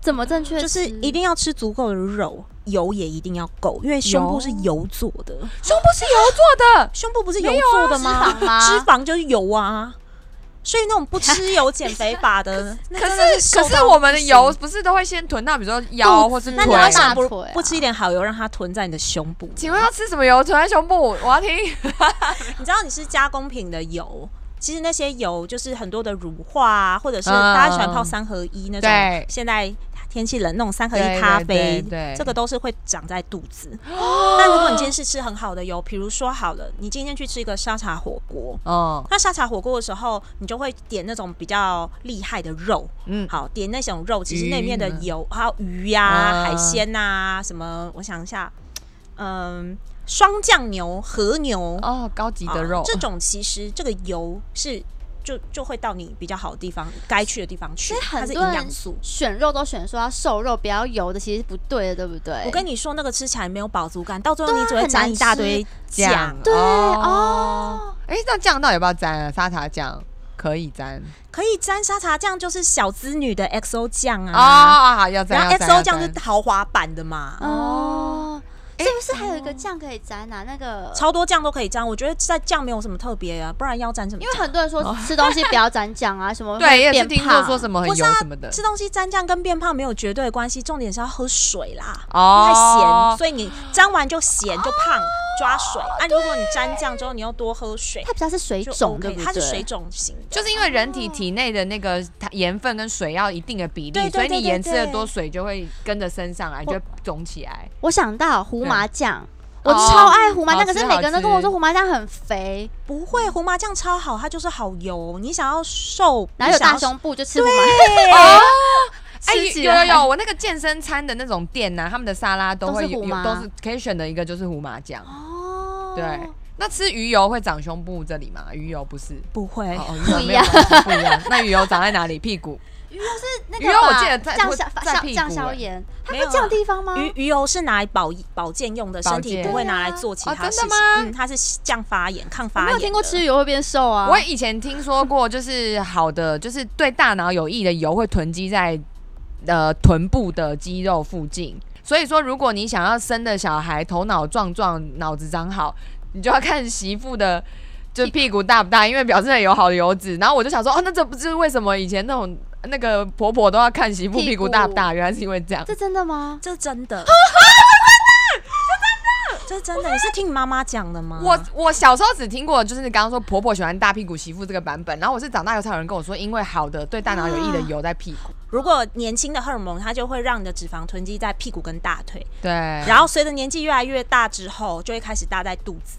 Speaker 1: 怎么正确吃？
Speaker 3: 就是一定要吃足够的肉，油也一定要够，因为胸部是油做的，
Speaker 2: 胸部是油做的，
Speaker 3: 胸部不是油做的吗？
Speaker 1: 没有啊脂肪吗
Speaker 3: 脂肪就是油啊。所以那种不吃油减肥法 的， 那
Speaker 2: 可
Speaker 3: 真的
Speaker 2: 是可
Speaker 3: 瘦到
Speaker 2: 是我们的
Speaker 3: 不行
Speaker 2: 油，不是都会先囤到，比如说腰或是
Speaker 1: 肚子
Speaker 3: 那
Speaker 2: 腿
Speaker 3: 你要
Speaker 1: 大
Speaker 3: 想不
Speaker 1: 腿啊
Speaker 3: 不吃一点好油，让它囤在你的胸部。
Speaker 2: 请问要吃什么油囤在胸部？我要听。
Speaker 3: 你知道你是加工品的油，其实那些油就是很多的乳化啊，或者是
Speaker 2: 嗯
Speaker 3: 大家喜欢泡三合一那
Speaker 2: 对
Speaker 3: 种，现在天气冷那种三合
Speaker 2: 对
Speaker 3: 一咖
Speaker 2: 对
Speaker 3: 啡
Speaker 2: 对对，
Speaker 3: 这个都是会长在肚子。那如果你今天是吃很好的油，比如说好了，你今天去吃一个沙茶火锅。
Speaker 2: 哦，
Speaker 3: 那沙茶火锅的时候，你就会点那种比较厉害的 肉，
Speaker 2: 嗯，
Speaker 3: 好点那种肉，其实
Speaker 2: 鱼
Speaker 3: 那里面的
Speaker 2: 呢
Speaker 3: 油还有鱼呀、
Speaker 2: 啊
Speaker 3: 海鲜呐、什么，我想一下，嗯，双酱牛、和牛，
Speaker 2: 哦，高级的
Speaker 3: 啊
Speaker 2: 肉，
Speaker 3: 这种其实这个油是就就会到你比较好的地方，该去的地方去
Speaker 1: 所以，
Speaker 3: 它
Speaker 1: 很
Speaker 3: 是营
Speaker 1: 多人
Speaker 3: 养素。
Speaker 1: 选肉都选说要瘦肉，不要油的，其实不对的，对不对？
Speaker 3: 我跟你说，那个吃起来没有饱足感，到最后
Speaker 1: 对啊
Speaker 3: 你只会
Speaker 1: 很难
Speaker 3: 沾一大堆酱。
Speaker 1: 对
Speaker 2: 哦。
Speaker 1: 哦，
Speaker 2: 哎，那酱到底要不要沾啊？沙茶酱可以沾
Speaker 3: 可以沾沙茶酱，就是小资女的 XO 酱啊。
Speaker 2: 啊，好要沾。
Speaker 3: 然后
Speaker 2: 要沾
Speaker 3: XO
Speaker 2: 要
Speaker 3: 酱是
Speaker 2: 沾
Speaker 3: 豪华版的嘛，
Speaker 1: 哦，是不是还有一个酱可以沾啊？那个，
Speaker 3: 超多酱都可以沾。我觉得在酱没有什么特别啊，不然要沾什么
Speaker 1: 因
Speaker 3: 酱？
Speaker 1: 为很多人说吃东西不要沾酱啊，什么
Speaker 2: 哦对，也
Speaker 1: 会
Speaker 2: 是
Speaker 1: 变
Speaker 2: 听过
Speaker 1: 胖，
Speaker 2: 说什么很
Speaker 3: 不是
Speaker 2: 油
Speaker 3: 啊
Speaker 2: 什么的
Speaker 3: 吃东西沾酱跟变胖没有绝对的关系，重点是要喝水啦。太
Speaker 2: 哦
Speaker 3: 咸，。所以你沾完就咸就胖抓水。啊，如果你沾酱之后，你又多喝水，
Speaker 1: 它比较是水
Speaker 3: 就
Speaker 1: 肿，对
Speaker 3: OK，
Speaker 1: 不对？
Speaker 3: 它是水肿型的，
Speaker 2: 就是因为人体体内的那个它盐分跟水要一定的比例，
Speaker 3: 对对
Speaker 2: 所以你
Speaker 3: 对对
Speaker 2: 盐吃的
Speaker 3: 对
Speaker 2: 多，水就会跟着升上来，就会肿起来。
Speaker 1: 我想到胡麻酱，
Speaker 2: 对
Speaker 1: 我超爱胡麻
Speaker 2: 哦
Speaker 1: 酱，可是
Speaker 2: 好
Speaker 1: 每
Speaker 2: 吃
Speaker 1: 个人都跟我
Speaker 2: 好
Speaker 1: 说
Speaker 2: 吃
Speaker 1: 胡麻酱很肥，
Speaker 3: 不会胡麻酱超好，它就是好油。你想要瘦，
Speaker 1: 哪有
Speaker 3: 你想
Speaker 1: 大
Speaker 3: 要
Speaker 1: 胸部就吃胡麻
Speaker 2: 哦，哎，
Speaker 1: 吃起
Speaker 2: 有
Speaker 1: 来
Speaker 2: 有有，我那个健身餐的那种店啊呐、他们的沙拉都会
Speaker 1: 都是
Speaker 2: 有
Speaker 1: 胡
Speaker 2: 有
Speaker 1: 麻
Speaker 2: 都是可以选的一个就是胡麻酱。
Speaker 1: 哦，
Speaker 2: 对，那吃鱼油会长胸部这里吗？鱼油不是。
Speaker 3: 不会？
Speaker 2: 哦，
Speaker 1: 不
Speaker 2: 鱼
Speaker 1: 一
Speaker 2: 油没有
Speaker 1: 样
Speaker 2: 长胸部不一样。那鱼油长在哪里？屁股。
Speaker 1: 那
Speaker 2: 鱼
Speaker 1: 个
Speaker 2: 肉我
Speaker 1: 吧
Speaker 2: 记得在
Speaker 1: 酱
Speaker 2: 我
Speaker 1: 消
Speaker 2: 在
Speaker 1: 消
Speaker 2: 屁
Speaker 1: 酱
Speaker 2: 股
Speaker 1: 消
Speaker 2: 欸
Speaker 1: 炎，它
Speaker 3: 没
Speaker 1: 会
Speaker 3: 有
Speaker 1: 降
Speaker 3: 啊
Speaker 1: 地方吗？
Speaker 3: 鱼鱼油是拿来保保健用的，
Speaker 2: 保
Speaker 3: 身体
Speaker 2: 健
Speaker 3: 不会拿来做其
Speaker 2: 对啊
Speaker 3: 他
Speaker 2: 哦
Speaker 3: 事
Speaker 2: 真
Speaker 3: 情
Speaker 2: 的吗。
Speaker 3: 嗯，它是降发炎、抗
Speaker 1: 我
Speaker 3: 发
Speaker 1: 没
Speaker 3: 炎
Speaker 1: 有
Speaker 3: 的。
Speaker 1: 听过吃鱼会变瘦啊，
Speaker 2: 我以前听说过，就是好的，就是对大脑有益的油会囤积在呃臀部的肌肉附近。所以说，如果你想要生的小孩头脑壮壮、脑子长好，你就要看媳妇的。就屁股大不大，因为表示了有好的油脂。然后我就想说，哦，那这不是为什么以前那种那个婆婆都要看媳妇
Speaker 1: 屁股
Speaker 2: 屁股大不大？ 原来是因为这样。
Speaker 1: 这真的吗？
Speaker 3: 这是真 的，这是真的，这是真的。你是听你妈妈讲的吗？
Speaker 2: 我我小时候只听过，就是你刚刚说婆婆喜欢大屁股媳妇这个版本。然后我是长大以后才有人跟我说，因为好的对大脑有益的油在屁股。
Speaker 3: 如果年轻的荷尔蒙，它就会让你的脂肪囤积在屁股跟大腿，
Speaker 2: 对，
Speaker 3: 然后随着年纪越来越大之后，就会开始搭在肚子。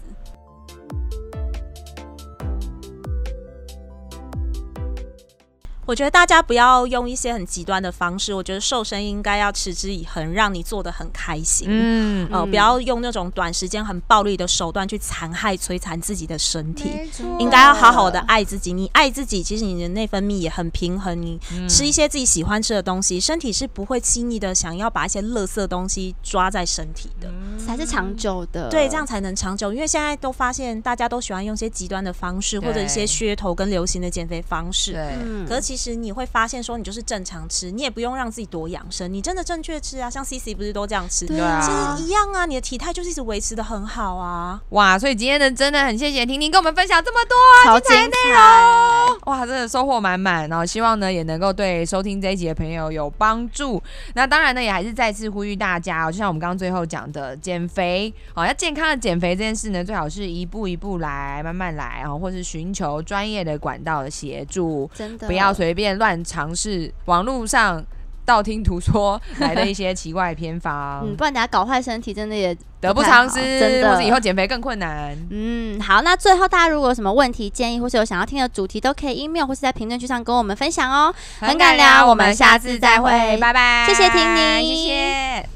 Speaker 3: 我觉得大家不要用一些很极端的方式，我觉得瘦身应该要持之以恒，让你做的很开心。
Speaker 2: 嗯
Speaker 3: 呃，不要用那种短时间很暴力的手段去残害、摧残自己的身体。应该要好好的爱自己。你爱自己，其实你的内分泌也很平衡。你吃一些自己喜欢吃的东西，身体是不会轻易的想要把一些垃圾东西抓在身体的。
Speaker 2: 嗯
Speaker 1: 才是长久的，
Speaker 3: 对，这样才能长久。因为现在都发现，大家都喜欢用一些极端的方式，
Speaker 2: 对
Speaker 3: 或者一些噱头跟流行的减肥方式。
Speaker 2: 对，
Speaker 1: 嗯
Speaker 3: 可是其实你会发现，说你就是正常吃，你也不用让自己多养生，你真的正确吃啊。像 C C 不是都这样吃，
Speaker 1: 对
Speaker 2: 啊
Speaker 3: 其实一样啊，你的体态就是一直维持的很好啊。
Speaker 2: 哇！所以今天的真的很谢谢婷婷跟我们分享这么多
Speaker 1: 超
Speaker 2: 精彩的
Speaker 1: 精
Speaker 2: 内容，哇，真的收获满满。然后希望呢也能够对收听这一集的朋友有帮助。那当然呢，也还是再次呼吁大家哦，就像我们刚刚最后讲的，减肥哦，要健康的减肥这件事呢，最好是一步一步来，慢慢来哦，或是寻求专业的管道的协助。
Speaker 1: 真的
Speaker 2: 不要随便乱尝试网络上道听途说来的一些奇怪的偏方，
Speaker 1: 嗯，不然等下搞坏身体，真的也
Speaker 2: 得不
Speaker 1: 太
Speaker 2: 偿
Speaker 1: 好
Speaker 2: 失，
Speaker 1: 真的
Speaker 2: 或是以后减肥更困难。
Speaker 1: 嗯，好，那最后大家如果有什么问题、建议，或是有想要听的主题，都可以 email 或是在评论区上跟我们分享哦。很敢聊我们下次再会
Speaker 2: 拜拜。
Speaker 1: 谢谢婷妮
Speaker 2: 谢谢。